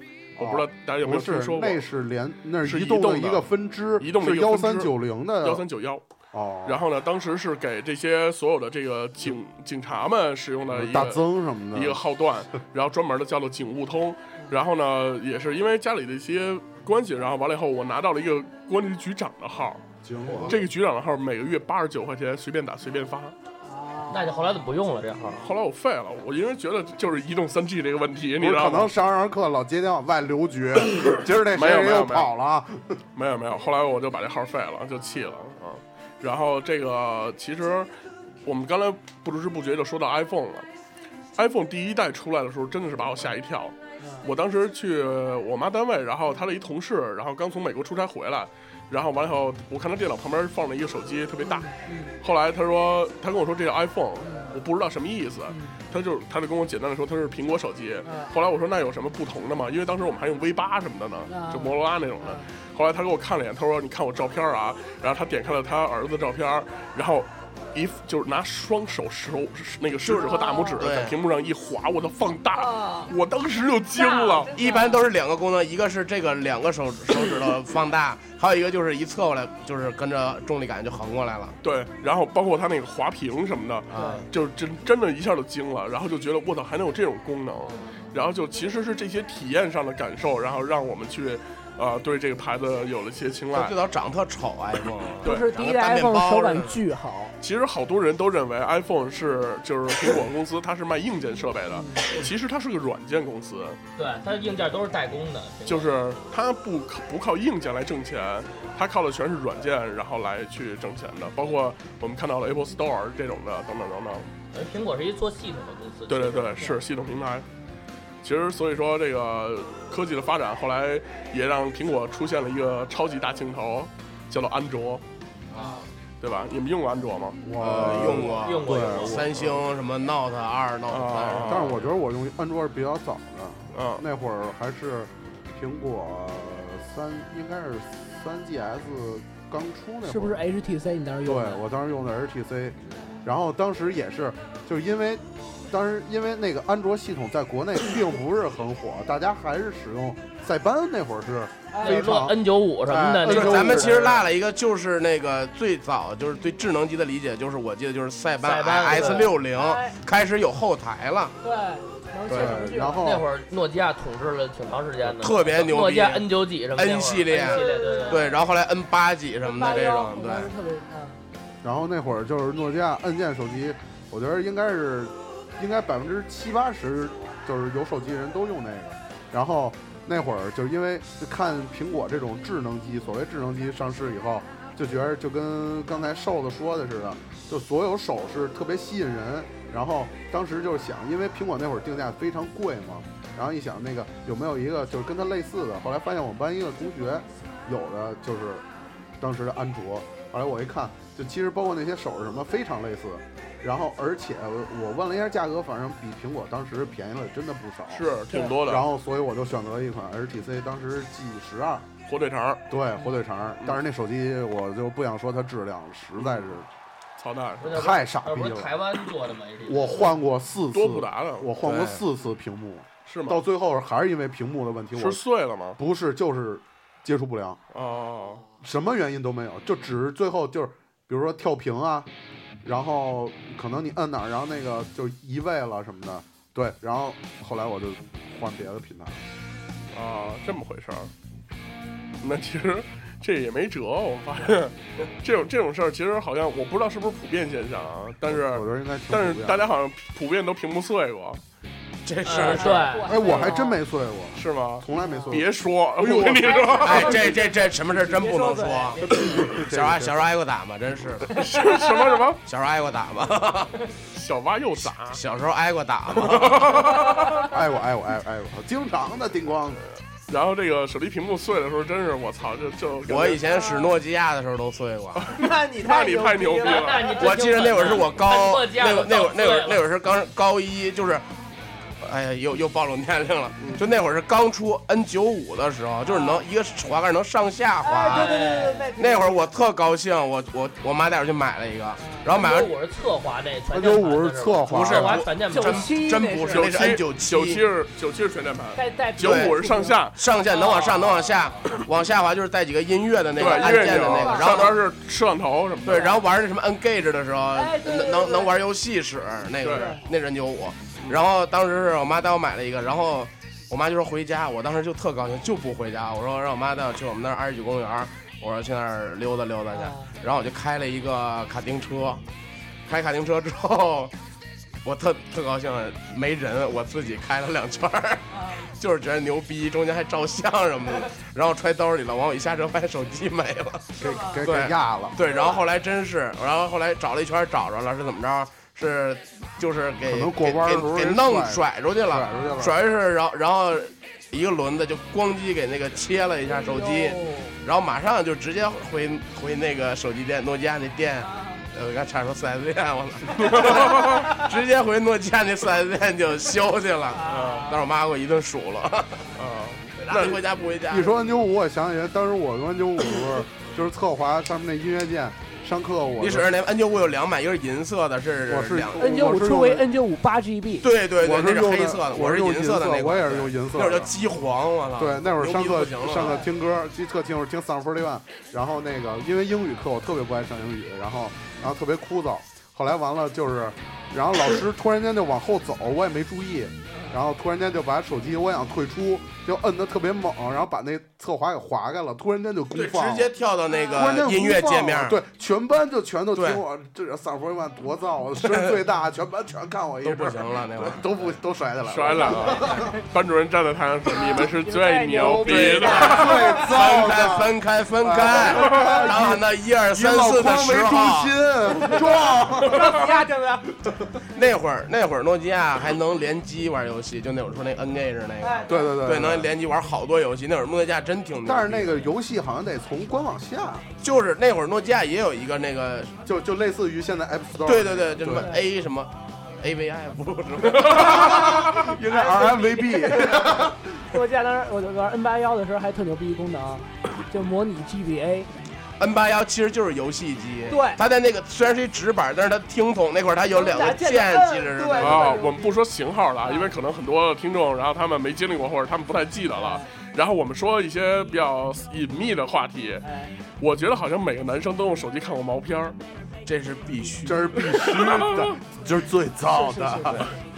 B: 哎我不知道大家有没有
E: 不
B: 听
E: 是
B: 说，过
E: 那是联，那
B: 是
E: 移
B: 移动
E: 的
B: 的
E: 一个分支，
B: 移动的
E: 是
B: 一个
E: 幺
B: 分
E: 三
B: 支
E: 九零的
B: 幺三九幺。
E: 哦，
B: 然后呢，当时是给这些所有的这个警警察们使用的一
E: 嗯大
B: 个
E: 增什么的，
B: 一个号段，然后专门的叫做警务通。然后呢，也是因为家里的一些关系，然后完了以后，我拿到了一个公安局局长的号，
E: 警网
B: 这个局长的号每个月八十九块钱，随便打随便发。
C: 那就后来怎么不用了这号？
B: 后来我废了，我因为觉得就是移动三 G 这个问题，你
E: 不是
B: 知
E: 可
B: 道
E: 能
B: 吗？
E: 上上课老接电话外流局， 今儿这
B: 没有没有
E: 谁又
B: 没有
E: 跑了啊？
B: 没有没有，后来我就把这号废了，就弃了啊。然后这个其实我们刚才不知不觉就说到 iPhone 了。iPhone 第一代出来的时候，真的是把我吓一跳。我当时去我妈单位，然后她的一同事，然后刚从美国出差回来，然后完了以后，我看她电脑旁边放了一个手机，特别大。后来她说，她跟我说这叫 iPhone，我不知道什么意思。她就她就跟我简单的说它是苹果手机。后来我说那有什么不同的吗？因为当时我们还用 V 八什么的呢，就摩托拉那种的。后来她给我看了一眼，她说你看我照片啊，然后她点开了她儿子的照片，然后一就是拿双手手那个食指和大拇指
D: 对
B: 在屏幕上一划，我的放大，我当时就惊了。
D: 一般都是两个功能，一个是这个两个手手指头放大， 还有一个就是一侧过来，就是跟着重力感就横过来了。啊
B: 对，然后包括它那个滑屏什么的，就真真的一下就惊了，然后就觉得我操还能有这种功能，然后就其实是这些体验上的感受，然后让我们去，呃，对这个牌子有了一些青睐
D: 最。早长得特丑啊 iPhone，
B: 对
F: 就是第一代
D: 长得大面
F: iPhone
D: 包
F: 手
D: 似
F: 感
D: 的
F: 巨好，
B: 其实好多人都认为 iPhone 是就是苹果公司，它是卖硬件设备的，其实它是个软件公司，
C: 对，它的硬件都是代工的，
B: 就是它不靠不靠硬件来挣钱，它靠的全是软件，然后来去挣钱的。包括我们看到了 Apple Store 这种的，等等等等。
C: 而苹果是一做系统的公司。
B: 对对对，是系统平台。其实，所以说这个科技的发展，后来也让苹果出现了一个超级大镜头，叫做安卓，
C: 啊，
B: 对吧？你们用过安卓吗？
D: 呃，
E: 我
D: 用过
C: 用过用过
D: 三星什么 Note 二、Note
B: 啊
D: 三，
E: 但是我觉得我用安卓是比较早的，
B: 嗯，
E: 那会儿还是苹果三，应该是三 GS 刚出那会儿，
F: 是不是 HTC 你当时
E: 对
F: 用的？
E: 我当时用的 HTC，然后当时也是，就是因为当时因为那个安卓系统在国内并不是很火，大家还是使用塞班那会儿是非常
C: N 九五什么的，
E: 哎
C: 那
D: 就
C: 种
D: 是咱们其实落了一个，就是那个最早就是对智能机的理解，就是我记得就是塞班啊
C: 塞班
D: S 六零
F: 哎
D: 开始有后台了，
F: 对，能写程
E: 对，
F: 序
E: 然
F: 了。
E: 后
C: 那会儿诺基亚统治了挺长时间的，
D: 特别牛
C: 诺基
D: 逼。
C: 亚 N 九几什么
D: N 系列
C: 系列对
D: 对，然后后来 N 八几什么的这
F: 81
D: 种，
F: 我当
D: 对，
F: 时特别嗯
E: 然后那会儿就是诺基亚按键手机，我觉得应该是应该百分之七八十就是有手机的人都用那个。然后那会儿就是因为就看苹果这种智能机，所谓智能机上市以后，就觉得就跟刚才瘦子说的似的，就所有手势特别吸引人。然后当时就是想，因为苹果那会儿定价非常贵嘛，然后一想那个有没有一个就是跟它类似的，后来发现我们班一个同学有的就是当时的安卓，后来我一看，就其实包括那些手势什么非常类似，然后而且我我问了一下价格，反正比苹果当时便宜了真的不少。。
B: 是挺多
E: 然
B: 的，
E: 后，所以我就选择了一款 HTC 当时 G 十二，
B: 火腿肠儿，
E: 对火腿肠
B: 嗯
E: 儿。但是那手机我就不想说它质量，实在是
B: 操蛋，
C: 不是
E: 太傻逼
C: 不
B: 呃
C: 是
E: 了。
C: 台湾做的吗？HTC
E: 我换过四次
B: 多，普达的，
E: 我换过
D: 对
E: 四次屏幕，
B: 是
E: 到
B: 吗？
E: 最后还是因为屏幕的问题，我
B: 是碎了吗？
E: 不是就是接触不良，
B: 哦，
E: 什么原因都没有，就只是最后就是比如说跳屏啊，然后可能你摁哪儿，然后那个就移位了什么的，对，然后后来我就换别的品牌了，
B: 啊，这么回事儿。 那其实这也没辙，我发现 这种这种事儿，其实好像我不知道是不是普遍现象啊，但
E: 我
B: 是
E: 觉得应该挺普
B: 但
E: 遍
B: 是
E: 的
B: 大家好像普遍都屏幕碎过，
D: 这事
C: 呃
F: 嗯
D: 儿
C: 对
E: 哎，我还真没碎过，
B: 是吗？
E: 从来没碎过。
B: 别说，我
E: 哎呦
B: 跟你说，
D: 哎，这这这什么事儿真不能
F: 别说
D: 说。小时候小时候挨过打吗？真是的，
B: 是什么什么
D: 小时候挨过打吗？
B: 小蛙又打，
D: 小时候挨过打吗？
E: 爱我爱我爱我爱我，经常的叮咣。
B: 然后这个手机屏幕碎的时候，真是我操，这就感觉
D: 我以前使诺基亚的时候都碎过。
F: 那你
B: 那你太牛逼
F: 了，
B: 了，
C: 你
D: 我记得那会儿是 我高，
C: 真
D: 那
C: 有
D: 会
C: 本事
D: 那会那会那会儿是刚高一，就是，哎呀，又又暴露年龄了。就那会儿是刚出 N 九五的时候，就是能一个滑盖能上下
F: 啊，
D: 滑
F: 对。对对对对，
D: 那会儿我特高兴，我我我妈带我去买了一个，然后买完
C: 我是侧滑那传
E: 他
C: 键
E: 就
C: 盘
E: 五是侧滑，
D: 不是
C: 侧滑
D: 我
C: 传键
F: 九
C: 盘，
F: 七
D: 真真不
B: 九
D: 那是
B: 七
D: N
B: 九七
D: 七
B: 是九七是全键盘，
F: 带带
B: 九五是上下，
D: 上线能往上能往下，往下滑就是带几个音乐的那
B: 对
D: 个按
B: 音乐
D: 键
B: 钮
D: 的那个，，然后
B: 上边
D: 能
B: 是摄像头什么的，
D: 对，然后玩那什么 engage 的时候
F: 哎对对，对
D: 能能能玩游戏室那个是
B: 对
D: 那人九五，然后当时是我妈带我买了一个，然后我妈就说回家，我当时就特高兴，就不回家，我说让我妈带我去我们那儿二十九公园，我说去那儿溜达溜达去，然后我就开了一个卡丁车，开卡丁车之后。我特特高兴，没人，我自己开了两圈儿， 就是觉得牛逼，中间还照相什么的，然后揣兜里了，完我一下车发现手机没了，
E: 给给给
D: 对
E: 压了，
D: 对，然后后来真是，然后后来找了一圈找着了，是怎么着？是就是给
E: 可能过弯儿的时候
D: 给给
E: 人
D: 给弄
E: 甩
D: 甩出去
E: 甩
D: 了，
E: 出去了。
D: 甩出去，然后然后一个轮子就咣叽给那个切了一下手机，然后马上就直接回回那个手机店，诺基亚那店。呃，我刚差点说四 S 店，我操！ 直接回诺基亚那四 S 店就修去了，
B: 啊
D: 但是我妈给我一顿数了，
B: 啊，
D: 让你回家不回家？
E: 一说 N 九五，我想起来当时我跟 N 九五就是侧滑上面那音乐键，上课我
D: 你使那 N 9 5有两版，一个是银色的，是
E: 我是
D: 两，
E: 我
F: N
E: 是
F: 九五
E: 用
F: 出为
E: 的
F: N 九五八 GB，
D: 对对对，
E: 我
D: 那
E: 是
D: 是
E: 用
D: 黑色的，我
E: 是
D: 是
E: 用
D: 银色的那个，
E: 我也是用银色
D: 那会儿叫
E: 的。
D: 鸡皇，我操！
E: 对，那会儿上
D: 啊牛
E: 课
D: 逼不行了啊
E: 上课听歌，记特清楚，听《丧尸理论》，然后那个因为英语课我特别不爱上英语，然后然后特别枯燥。后来完了就是，然后老师突然间就往后走，我也没注意，然后突然间就把手机我想退出，就摁的特别猛，然后把那侧滑给划开了，突然间就公
D: 对，
E: 放了，
D: 直接跳到那
E: 突然
D: 个
E: 间
D: 音乐
E: 不放
D: 界
E: 了
D: 面，，
E: 对，全班就全都
D: 对
E: 听我，这嗓佛一万多燥，我声儿最大，全班全看我一
D: 都
E: 人，
D: 不行了 那会儿。
E: 都不都甩下来了，
B: 摔了 啊，班主任站在台上说：“你们是最牛逼的。”
E: 最
D: 分
E: 燥
D: 开，
E: 的。
D: 分开，分
E: 哎
D: 开！然后喊到一二
E: 以
D: 三
E: 老
D: 四的
E: 匡为
D: 时 候，
E: 中心，撞！
F: 压着呢，
D: 那会儿那会儿诺基亚还能联机玩游戏，就那会儿说那 N G 是那个，
F: 哎
E: 对对对
D: 对，能。联机玩好多游戏。那会儿诺基亚真挺牛逼，
E: 但是那个游戏好像得从官网下，
D: 就是那会儿诺基亚也有一个那个，
E: 就就类似于现在 App Store，
D: 对对对，就什么 A 什么 A V I 不是什 么。
E: 应该 RMVB，
F: 我记得当时我玩 N 八幺的时候还特牛逼一功能，就模拟 GBA，
D: N 八幺其实就是游戏机，
F: 对
D: 它的那个虽然是一直板，但是它听筒那块儿它有两个键，其实是
F: 对
B: 啊，我们不说型号了，啊因为可能很多听众，然后他们没经历过，或者他们不太记得了。然后我们说一些比较隐秘的话题，
F: 哎，
B: 我觉得好像每个男生都用手机看过毛片儿，
D: 这是必 须。
E: 这是必须的，这是最燥 的。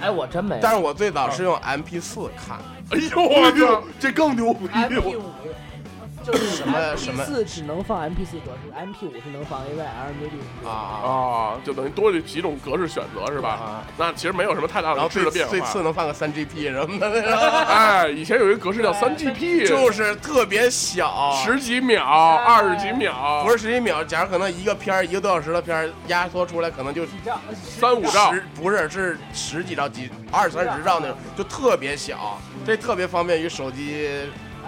C: 哎，我真没。
D: 但是我最早是用 MP 四看，
B: 哎呦我操！
E: 这更牛逼！
F: MP 五就是什
D: 么什么
F: ？MP 四只能放 MP 四格式，MP 五是能放
D: 啊
F: AYRMVB
D: 啊，
B: 啊，就等于多了几种格式选择是吧
D: 啊？
B: 那其实没有什么太大
D: 然
B: 的
D: 后
B: 质
D: 最
B: 的变
D: 最次
B: 化。
D: 能放个三 GP 什么的，
F: 啊
B: 哎，以前有一个格式叫三 GP，
D: 就是特别小，
B: 十几秒、二十几秒，
D: 不是十几秒，假如可能一个片儿一个多小时的片儿压缩出来，可能就
F: 几兆，
B: 三五兆，
D: 十不是是
F: 啊
D: 十几兆几二三十兆那种，就特别小，这特别方便于手机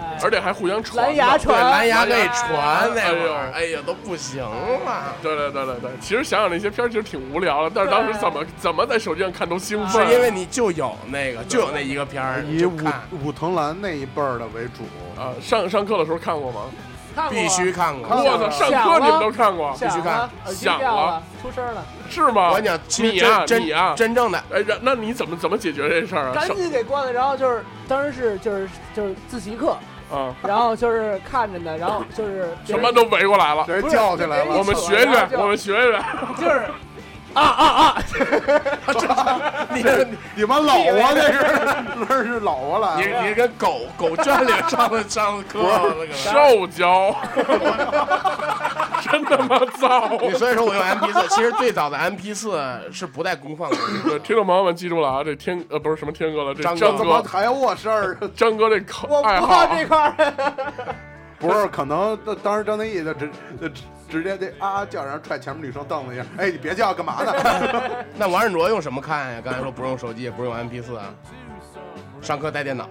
F: 哎
B: 而且还互相传
F: 蓝牙
B: 的
D: 对，
F: 传
D: 蓝牙可以
F: 哎
D: 传那会
B: 哎
D: 儿
B: 呦，
D: 哎呀，都不行了。
B: 对对对对对，其实想想那些片儿其实挺无聊的，但是当时怎么怎么在手机上看都兴
D: 是
B: 奋，
D: 因为你就有那个，就有那一个片儿，你
E: 以
D: 就
E: 武
D: 看，
E: 武藤兰那一辈儿的为主，
B: 啊上上课的时候看过吗？
F: 看过
D: 必须看过。
E: 看
B: 我操，上课你们都看过
F: 想
D: 必须看
F: 了，耳机
B: 想
F: 掉
B: 了
F: 了，出声了，
B: 是吗？
D: 我跟你讲，其实
B: 你啊
D: 真
B: 你啊
D: 真真正的
B: 哎，然那你怎么怎么解决这事儿啊？
F: 赶
B: 上
F: 紧给关了。然后就是当时是就是就是自习课，
B: 啊，
F: 然后就是看着呢，然后 就是
B: 什么都围过来了，
E: 这人叫起来
F: 不是
E: 了
B: 我。们学
F: 然后
B: 学，
F: 就
B: 我们学学。
F: 就是啊啊啊，
D: 你这
E: 你妈老啊，这是 这是老啊来
D: 你
E: 了。
D: 你跟狗狗圈里上了上了课了，可能
B: 烧焦，真他妈糟！
D: 你所以说我用 MP 四，其实最早的 MP 四是不带功放的。
B: 听众朋友们记住了啊，这天呃不是什么天哥了，这
D: 张哥
B: 张
E: 怎么
B: 哥，
E: 还我事儿？
B: 张哥这口
F: 我不
B: 爱
F: 知
B: 好啊
F: 道，这块儿，
E: 不是，可能那当时张天翼就直就直直接这啊啊叫，然后踹前面女生凳子一下。哎，你别叫，干嘛 呢？
D: 那王振卓用什么看呀？刚才说不用手机，也不用 MP 四啊，上课带电脑，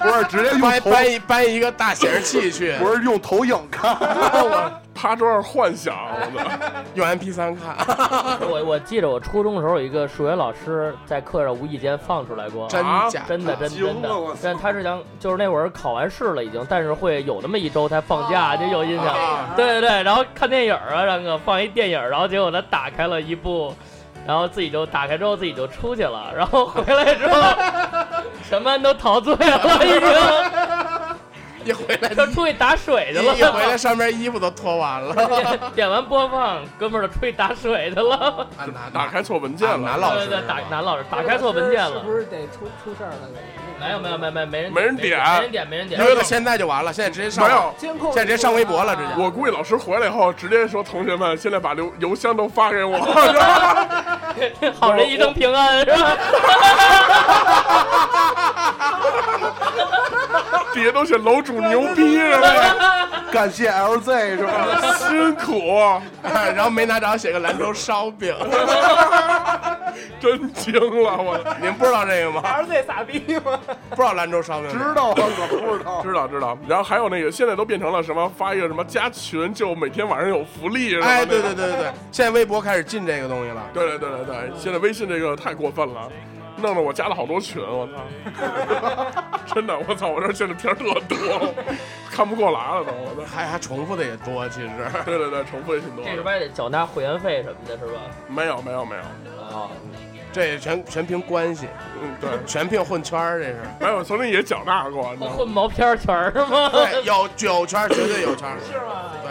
E: 不是，直接用
D: 搬
E: 投，
D: 搬一搬一个大显示器去，
E: 不是用投影看。
B: 趴桌上幻想，我
D: 用 MP 三看，
C: 我我记着我初中的时候有一个数学老师在课上无意间放出来过，
D: 真
B: 啊
D: 假
C: 真的真的
E: 惊了
C: 真的
E: 我操，
C: 但他是想就是那会儿考完试了已经，但是会有那么一周才放假，
F: 哦
C: 就有印象。
D: 啊
C: 对对对，然后看电影啊，然后放一电影，然后结果他打开了一部，然后自己就打开之后自己就出去了，然后回来之后什么都陶醉了，已
D: 一回来
C: 经都出去打 水去了。
D: 一一回来上面衣服都脱完了，
C: 点点完播放，哥们儿就出去打水去了。
D: 啊拿
B: 打开错文件
D: 啊
B: 了
D: 拿，老
C: 对
D: 师
C: 对
D: 是
C: 对，
D: 吧
C: 打男老师打开错文件
F: 是
C: 了。
F: 不是得出出事儿了？
C: 没有没有没有没有没人
B: 没人点
C: 没人点没人点
D: 因。为现在就完了，现在直接上
B: 没有。
F: 监控
D: 现在直接上微博了直接
B: 我估计老师回来以后，直接说：“同学们，现在把邮邮箱都发给我。”
C: 好人一生平安是吧？
B: 底下都写楼主牛逼什么的，
E: 感谢 LZ 是吧？
B: 辛苦，
D: 然后没拿着写个兰州 烧饼，
B: 真惊了我。
D: 你们不知道这个吗？
F: 儿子也傻逼吗？
D: 不知道兰州烧饼
E: 知
D: 吗？
E: 道啊，可不知道。
B: 知道知道，然后还有那个，现在都变成了什么发一个什么加群，就每天晚上有福利什么的。
D: 哎，对对对对对，现在微博开始进这个东西了。
B: 对对对对对，现在微信这个太过分了，弄得我加了好多群，我操！ 真的，我操，我这现在片儿特多，看不过来了都，我操！
D: 还还重复的也多，其实
B: 对对对，重复也挺多
C: 这是
B: 的。
C: 不是还得缴纳会员费什么的，是吧？
B: 没有没有没有，
C: 啊，
D: 这也全全凭关系，
B: 嗯对，
D: 全凭混圈儿，这是。
B: 没有，哎曾经也缴纳过，你知道
C: 混
B: 吗？
C: 毛片儿圈儿是吗？
D: 对，哎 有有圈儿，绝对有圈儿，
F: 是吗？
D: 对，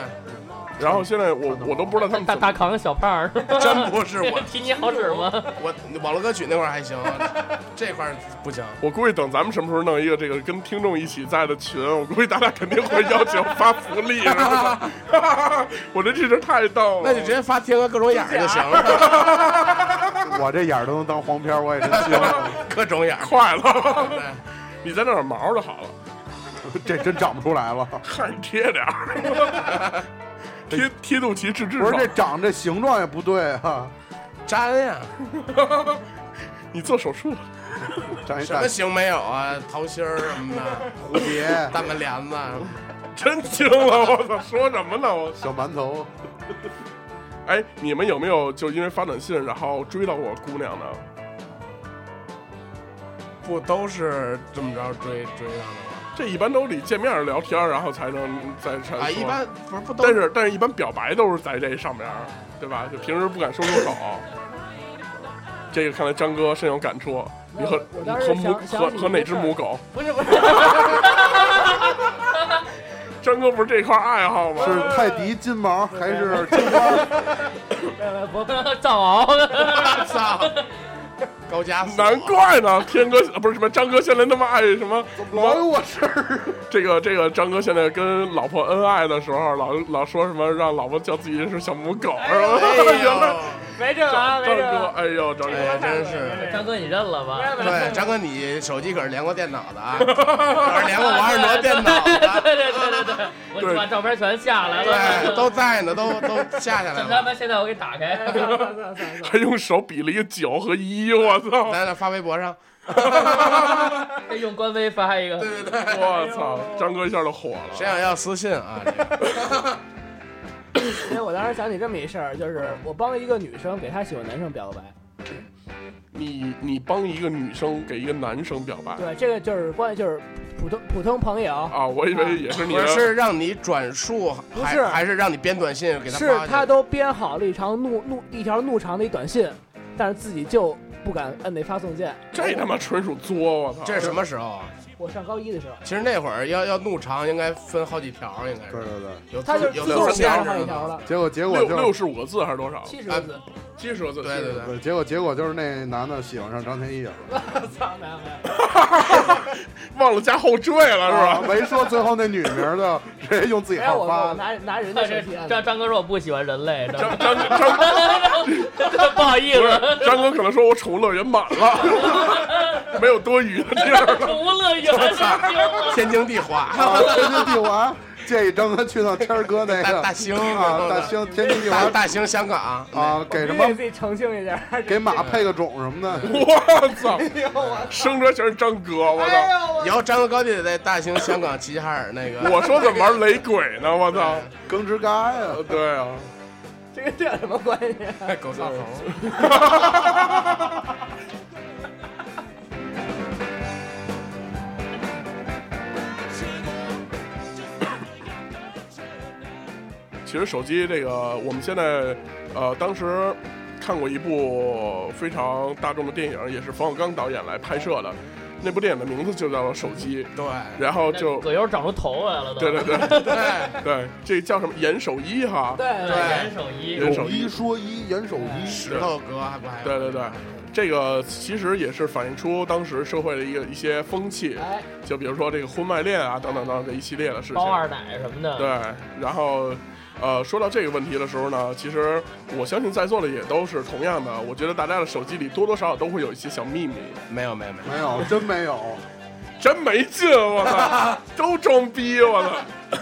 B: 然后现在我我都不知道他们
C: 大
B: 怎
C: 大
B: 么，
C: 扛个小胖儿是吧？
D: 真不是 我，
C: 提你好使 吗？
D: 我网络歌曲那块儿还行，啊这块儿不行。
B: 我估计等咱们什么时候弄一个这个跟听众一起在的群，我估计大家肯定会邀请发福利啊什么的。 我这这事太逗了，
D: 那就直接发天鹅各种眼儿就行了，
E: 我这眼儿都能当黄片儿，我也真信了。
D: 各种眼儿。
B: 快了，
D: 对，
B: 你在那儿毛就好了。
E: 这真长不出来了。
B: 看着贴点 儿，贴贴肚脐治痔
E: 不是这
B: 疮。
E: 长这形状也不对啊，
D: 粘呀，
B: 你做手术，
E: 长一
D: 什
E: 大
D: 么型没有啊？桃心儿什么 的，
E: 蝴蝶、
D: 大门帘子，啊
B: 真惊了！我操，说什么呢？我
E: 小馒头，
B: 哎，你们有没有就因为发短信然后追到我姑娘的？
D: 不都是这么着追追上的吗？
B: 这一般都得见面聊天，然后才能再才
D: 啊，
B: 说
D: 一般不是不都
B: 但是但是一般表白都是在这上面，对吧？就平时不敢说出口。这个看来张哥深有感触，你和
F: 我
B: 你
F: 当时
B: 和母
F: 想想
B: 和
F: 起
B: 和
F: 一
B: 哪
F: 个
B: 只
F: 事儿
B: 母狗？
F: 不是不是，
B: 张哥不是这块爱好吗？
E: 是泰迪金毛还是金花？
F: 没有没有 不
C: 藏獒，
D: 我操，高加索，
B: 难怪呢，天哥啊不是什么张哥，现在那么爱什么
E: 老有我事儿。
B: 这个这个张哥现在跟老婆恩爱的时候，老老说什么让老婆叫自己是小母狗，然后
D: 哎呦
B: 原来
F: 没证啊，
B: 张
F: 没证
B: 哥，
F: 啊。
B: 哎呦，张
D: 哎呀，
B: 哥，
D: 真是。
C: 张哥，你认了吧？
D: 对，张哥，你手机可是连过电脑的 啊，可是连过我二十多电脑的，啊
C: 对对对 对对，我把照片全下来
D: 对，
C: 了。
D: 都在呢，都都下下来
C: 这他
D: 了。
C: 妈现在我给打开。
B: 还用手比了一个九和一，我操！
D: 咱俩发微博上，
C: 可以用官微发一个。对对对，
B: 我操！张哥一下就火了。
D: 谁想要私信啊？这个
F: 因为我当时想起这么一事儿，就是我帮一个女生给她喜欢男生表个白，
B: 你你帮一个女生给一个男生表白
F: 对，这个就是关系就是普通普通朋友，
D: 哦
B: 啊？我以为也是你
D: 不
B: 的
D: 是是让你转述，
F: 不
D: 还
F: 是
D: 还是让你编短信给他
F: 是
D: 发？
F: 他，都编好了一长怒怒一条怒长的一短信，但是自己就不敢摁那发送键。
B: 这他妈纯属作！我操！
D: 这是什么时候啊？
F: 我上高一的时候，
D: 其实那会儿要要怒长，应该分好几条，应该
E: 对
D: 是
E: 对对，
D: 有
F: 他就
D: 有
F: 自
D: 有
F: 动
D: 限
F: 调
D: 制
F: 上一条
D: 的。
F: 了，
E: 结果结果
B: 六
E: 就
B: 六十五个字还是多少？
F: 七十个字。
B: 七十个字。
D: 对对对，
E: 对，结果结果就是那男的喜欢上张天翼了，
D: 哎
F: 操，没有没有。
B: 忘了加后缀了是吧？
E: 啊没说最后那女名的， 直接用自己
C: 哎
F: 没有
E: 号
F: 我
E: 发
F: 我
E: 的。
F: 拿拿人家
C: 但
F: 手
C: 是
F: 机按的。
C: 张张哥说我不喜欢人类，
B: 张
C: 张
B: 张张，
C: 不好意
B: 不是
C: 思，
B: 张哥可能说我宠物乐园满了，没有多余的地儿了。
C: 宠物乐园
D: 天经 地
E: 啊，
D: 化，
E: 天津帝王建议张哥去趟谦儿哥那
D: 大
E: 个
D: 大兴
E: 啊，大兴天津帝
D: 大
E: 王
D: 大兴香港
E: 啊，给什
C: 哎
F: 我
E: 么
F: 自己澄清一下，
E: 给马配个种什么的，
B: 我操！生出来全是张哥，我操！
D: 以后张哥高地得在大兴、香港、齐齐哈尔那个。
B: 我说怎么玩雷鬼呢？我操！
E: 耿直嘎呀
B: 呃，对啊，
F: 这跟这有什么关系？
D: 狗撒 猴。
B: 其实手机这个，我们现在呃，当时看过一部非常大众的电影，也是冯小刚导演来拍摄的，那部电影的名字就叫做《手机》，
D: 对
B: 然后就
C: 葛优长出头来了都。
B: 对对对
D: 对，
B: 对，这叫什么？严守一哈，
F: 对
C: 对，
F: 对
C: 严守呃一。
B: 严守
E: 有一说一，严守一，
D: 石头哥还不还
B: 对
D: 有？
B: 对对，这个其实也是反映出当时社会的一个一些风气，
F: 哎，
B: 就比如说这个婚外恋啊，等等等等这一系列的事情。
C: 包二奶什么的。
B: 对，然后，呃，说到这个问题的时候呢，其实我相信在座的也都是同样的。我觉得大家的手机里多多少少都会有一些小秘密，
D: 没有没有没有，
E: 没有，真没有。
B: 真没劲，我 操，都装逼，我操，
E: 不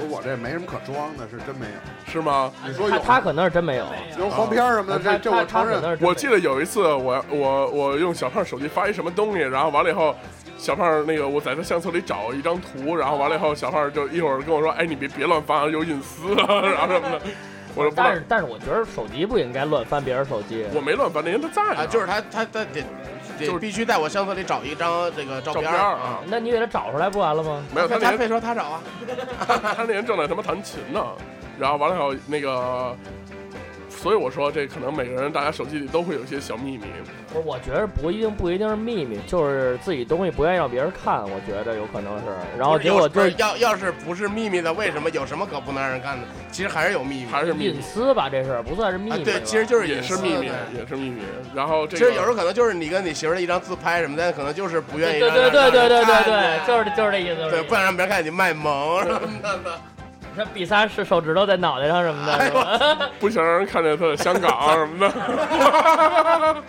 E: 是我这没什么可装的，是真没有。
B: 是吗？
E: 你说
C: 啊他
E: 有
C: 他可能是真没有，
E: 有黄片儿什么的，
C: 他
E: 这这我
C: 他
E: 承
C: 可能
E: 认。
C: 是真没有
B: 我记得有一次我，我我用小胖手机发一什么东西，然后完了以后，小胖那个我在他相册里找一张图，然后完了以后，小胖就一会儿跟我说：“哎，你别别乱发，有隐私啊，然后什么的。”我说：“不
C: 但
B: 是，
C: 是但是我觉得手机不应该乱翻别人手机。
B: 我没乱翻，那人他在呢
D: 啊，就是他他他得
B: 就
D: 得
B: 是
D: 必须在我相册里找一张这个照
B: 照片
D: 片
B: 儿啊
D: 啊。，
C: 那你给他找出来不完了吗？
B: 没有他那
D: 他
B: 人
D: 非说他找啊，
B: 他那人正在他妈弹琴呢，然后完了以后那个，所以我说这可能每个人大家手机里都会有一些小秘密，
C: 不是，我觉得不一定不一定是秘密，就是自己东西不愿意让别人看，我觉得有可能是。然后结果
D: 不
C: 就是
D: 要要是不是秘密的，为什么有什么可不能让人干的？其实还是有秘密，
B: 还是秘密
C: 隐，私吧，这事儿不算是秘
D: 啊
C: 密吧。
D: 对，其实就是
B: 也
D: 隐私
B: 是秘密
D: 对，
B: 也是秘密。然后这
D: 其
B: 个
D: 实有时候可能就是你跟你媳妇儿的一张自拍什么的，可能就是不愿意
C: 对
D: 让
C: 对对对对对
D: 让
C: 对，
D: 人看
C: 就是就是这意思。
D: 对，不想让别人看你卖萌什么的。
C: 这比萨是手指头在脑袋上什么的，是吧？
B: 不想让人看见他在香港什么的。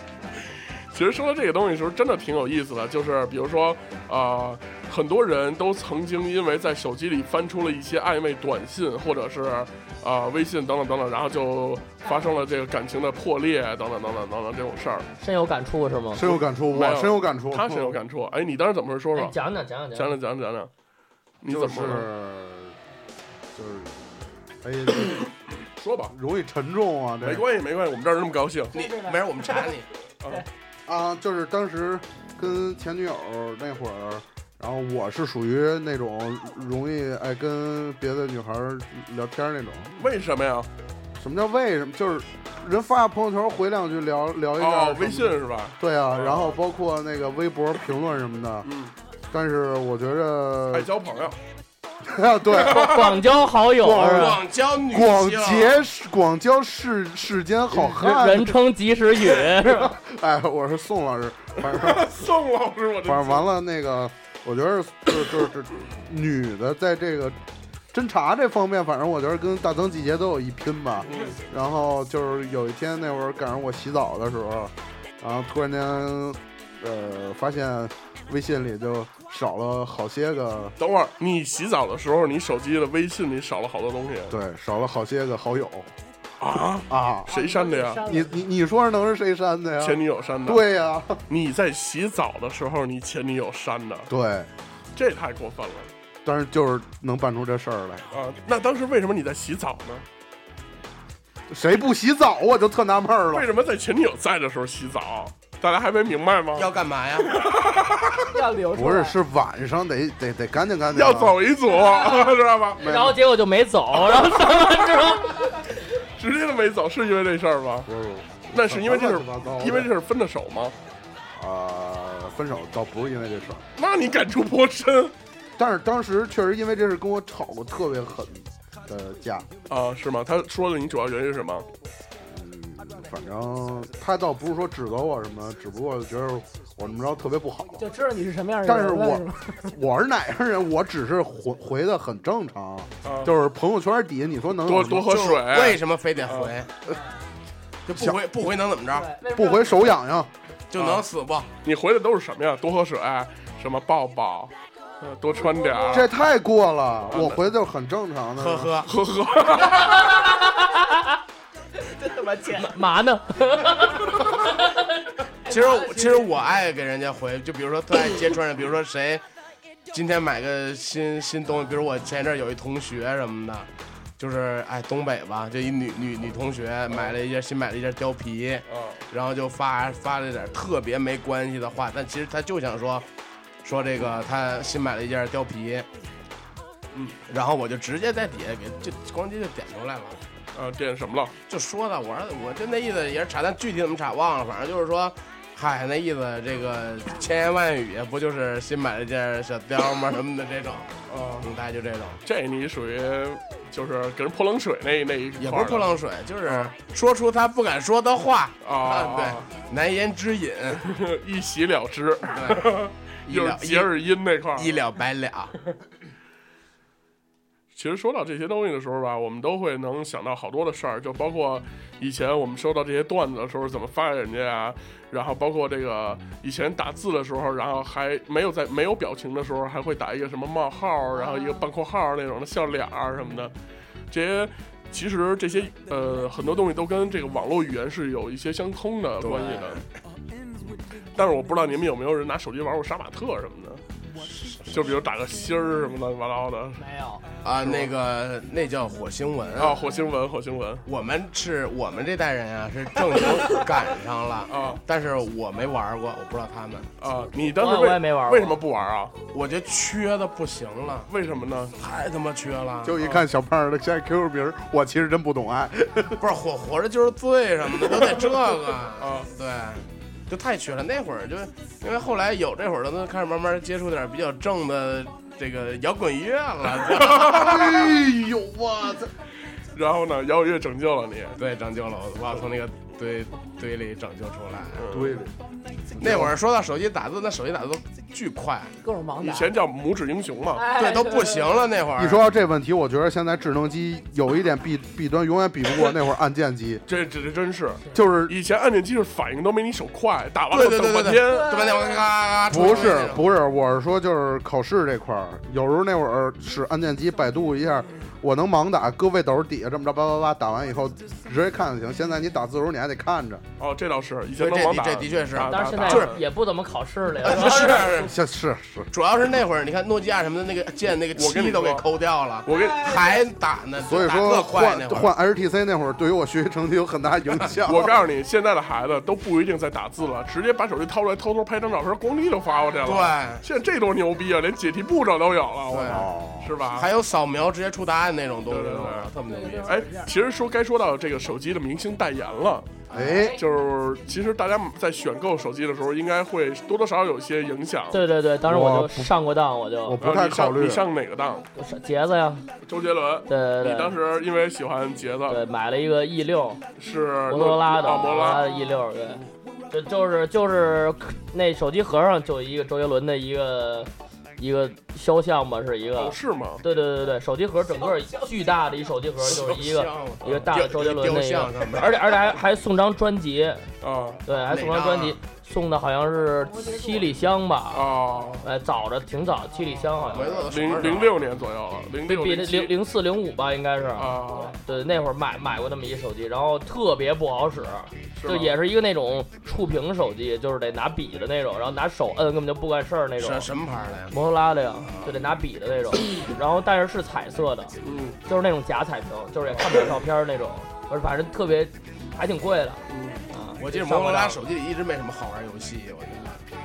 B: 其实说到这个东西的时候，真的挺有意思的，就是比如说，呃，很多人都曾经因为在手机里翻出了一些暧昧短信，或者是呃微信等等等等，然后就发生了这个感情的破裂等等等等等等这种事儿。
C: 深有感触是吗？
E: 深有感触，
B: 没
E: 我
B: 有
E: 深有感触，
B: 他深
D: 嗯
B: 有感触。哎，你当时怎么回事？说
C: 哎
B: 说，
C: 讲讲讲讲
B: 讲讲讲讲讲，你
E: 就
B: 怎
E: 是
B: 么了
E: 就是，哎，
B: 说吧？
E: 容易沉重啊，这
B: 没关系，没关系，我们这儿那么高兴。
D: 你没事，我们查 你。
E: 啊，就是当时跟前女友那会儿，然后我是属于那种容易爱跟别的女孩儿聊天儿那种。
B: 为什么呀？
E: 什么叫为什么？就是人发朋友圈回两句聊聊一下、
B: 哦，微信。是吧？
E: 对啊，然后包括那个微博评论什么的，
B: 嗯，
E: 但是我觉着
B: 爱，交朋友，哎
E: 对，
C: 广交好友，
B: 嗯
E: 广
C: 是吧
D: 广交女性
E: 广结世广交世世间好汉，
C: 人称及时雨，是吧？
E: 哎，我是宋老师，反正
B: 宋老
E: 啊
B: 师，我
E: 反正
B: 的
E: 完了那个，我觉得就是就是这女的在这个侦查这方面，反正我觉得跟大增季节都有一拼吧。然后就是有一天那会儿赶上我洗澡的时候，然后突然间，呃，发现微信里就少了好些个，
B: 等会儿你洗澡的时候，你手机的微信里少了好多东西
E: 对，少了好些个好友
B: 啊？
E: 啊。
B: 谁删的呀？
E: 你你你说能是谁啊删的
B: 前
E: 呀？
B: 女友删的。，
E: 对呀、
B: 你在洗澡的时候，你前女友删的，
E: 对，
B: 这太过分了
E: 但是就是能办出这事儿来，
B: 啊！那当时为什么你在洗澡呢？
E: 谁不洗澡我就特纳闷儿
B: 为
E: 了。
B: 什么在前女友在的时候洗澡？大家还没明白吗？
D: 要干嘛呀？
F: 要留出
E: 不
F: 来
E: 是，是晚上得得得干净干净啊。
B: 要走一组，知道吧？
E: 没有，
C: 然后结果就没走，然后上完之后，
B: 直接就没走，是因为这事儿吗？
E: 不是
B: 那是因为这事
E: 乱七八糟
B: 儿，
E: 的
B: 因为这事儿分的手吗？
E: 啊，分手倒不是因为这事儿，
B: 那你感触颇深
E: 但是当时确实因为这事跟我吵过特别狠的架。
B: 啊，是吗？他说的你主要原因是什
D: 哦
B: 么？
E: 嗯，反正他倒不是说指责我什么，只不过觉得我怎么着特别不好。
F: 就知道你是什么样的
E: 但
F: 人
E: 是
F: 了
E: 我
F: 是吗
E: 我是哪样人，我只是回回的很正常，
B: 啊
E: 就是朋友圈底下你说能有
B: 多
E: 什
B: 多
E: 么
B: 喝
D: 就为
B: 水，嗯
D: 什么非得回？就不回不回能怎么着？
F: 对为什
E: 不
F: 么要
E: 回手痒
B: 啊
E: 痒，
D: 就能死不？
B: 你回的都是什么呀？多喝水，什么抱抱，呃多穿点儿，
E: 这太过
B: 啊
E: 了。我回的就是很正常的，
D: 呵呵，
B: 呵呵，
C: 嘛呢？
D: 其实我其实我爱给人家回，就比如说特爱揭穿人，比如说谁今天买个新新东西，比如我前一阵儿有一同学什么的，就是哎东北吧，就一女女女同学买了一件新买了一件貂皮，然后就发发了点特别没关系的话，但其实他就想说说这个他新买了一件貂皮，
B: 嗯，
D: 然后我就直接在底下给就咣叽就点出来了。
B: 呃，点什么了？
D: 就说的，我说我就那意思也是查，但具体怎么查忘了，反正就是说，嗨，那意思这个千言万语不就是新买了件小貂吗什么的这种，
B: 啊，
D: 嗯，大概就这种，
B: 这你属于就是给人泼冷水那那一块儿的
D: 也不是泼冷水， 就是说出他不敢说的话，
B: 啊，
D: 对，难言之隐，
B: 对，一洗了之，
D: 对一
B: 就是
D: 了
B: 结
D: 一
B: 二阴那块儿。
D: 一了百了，
B: 其实说到这些东西的时候吧，我们都会能想到好多的事儿，就包括以前我们收到这些段子的时候怎么发给人家啊，然后包括这个以前打字的时候，然后还没有在没有表情的时候，还会打一个什么冒号，然后一个半括号那种的笑脸儿什么的，这些。其实这些呃很多东西都跟这个网络语言是有一些相通的关系的，但是我不知道你们有没有人拿手机玩过杀马特什么的，就比如打个心儿什么乱七八糟的，
F: 没有，
D: 啊，那个那叫火星文
B: 啊，火星文，火星文
D: 我们是我们这代人啊，是正经赶上 了，
B: 啊
D: 但是我没玩过，我不知道他们，
B: 啊！你当时
C: 我
B: 为
C: 我也没玩过
B: 为什么不玩啊？
D: 我觉得缺的不行了，
B: 为什么呢？
D: 太他妈缺了，
E: 就一看小胖的现在 QQ 名儿，我其实真不懂爱。
D: 不是活活着就是罪什么的，都得这个
B: 啊，
D: 对，就太缺了。那会儿就因为后来有这会儿了，都开始慢慢接触点比较正的这个摇滚乐了，
E: 哎呦我操！
B: 然后呢，摇滚乐拯救了你，
D: 对，拯救了我，我要从那个堆堆里拯救出来。
E: 对了，
D: 那会儿说到手机打字，那手机打字都巨快，
F: 各种盲
B: 以
F: 打。
B: 前叫拇指英雄嘛。
F: 哎
D: 对，都不行。了。那会儿
E: 你说到这问题，我觉得现在智能机有一点弊弊端，永远比不过那会儿按键机，
B: 这这这真是，
E: 就是
B: 以前按键机是反应都没你手快，打完
D: 对
B: 了
D: 对
B: 等
D: 对对
B: 半
D: 对，
B: 天。
D: 对吧？那会儿咔咔咔
E: 不
D: 啊
E: 是不是，我是说就是考试这块儿，有时候那会儿使按键机百度一下，我能盲打，搁背斗底下这么着叭叭叭打完以后，直接看就行。现在你打字的时候你还得看 着，
B: 哦，这倒是，以前
D: 对
B: 能
D: 这
B: 盲打，
D: 的这的确是啊
B: 打
C: 但是现
B: 打
C: 在
B: 打
D: 就是
C: 也不怎么考试了，
D: 出来
C: 是
D: 那
C: 吧
D: 种 是是，
E: 像是是，
D: 主要是那会儿你看诺基亚什么的那个键那个
B: 我跟你
D: 七都给
B: 说
D: 抠掉了。
B: 我跟
D: 还打呢，
E: 所以
D: 打特
E: 说
D: 快
E: 换
D: 那会儿。
E: 换 HTC 那会儿对于我学习成绩有很大影 响。
B: 我告诉你，现在的孩子都不一定在打字了，直接把手机掏出来偷偷拍张照片，咣叽就发过去了。
D: 对，
B: 现在这多牛逼啊，连解题步骤都有了，我
D: 对
B: 操，是吧？
D: 还有扫描直接出答案那种东西，
B: 对对对
D: 我操特别牛逼。
B: 哎，其实说该说到这个手机的明星代言了，
E: 哎，
B: 就是其实大家在选购手机的时候，应该会多多少少有一些影响。
C: 对对对，当时我就
E: 我不
C: 上过当，我
E: 我
C: 就
E: 不太
B: 你上
E: 考虑
B: 你。上哪个当？
C: 我上杰子呀，
B: 周杰伦。
C: 对对对，
B: 你当时因为喜欢杰
C: 对
B: 子，
C: 买了一个 E 六
B: 是
C: 摩托罗拉的，
B: 啊，摩托罗拉。
C: 的 E 六，对，这就是就是那手机盒上就有一个周杰伦的一个一个肖像吧，是一个
B: 哦，，是吗？
C: 对对对对对，手机盒整个巨大的一手机盒，就是一个
D: 啊
C: 一个大的周杰伦
D: 雕
C: 那个
D: 像，上面，
C: 而且而且还还送张专辑，
B: 啊
C: 对，还送张专辑，送的好像是七里香吧，
B: 啊，
C: 哎，早的挺早，七里香好像
D: 我
C: 是
D: 都
B: 零零六年左右了，零六
C: 比
B: 零
C: 那
B: 七
C: 零零四零五吧，应该是。
B: 啊，
C: 对，那会儿买买过那么一手机，然后特别不好使，
B: 是
C: 就
B: 吗
C: 也是一个那种触屏手机，就是得拿笔的那种，然后拿手摁根本就不管事儿那种。
D: 什什么牌儿的呀？
C: 摩托拉的呀，
B: 啊
C: 就得拿笔的 那种，然后但是是彩色的，
B: 嗯
C: 就是那种假彩屏，就是也看不了照片儿那种，而反正特别还挺贵的。
B: 嗯。
C: 啊，
D: 我记得
C: 上
D: 摩
C: 不
D: 托拉
C: 了
D: 手机里一直没什么好玩游戏，我觉得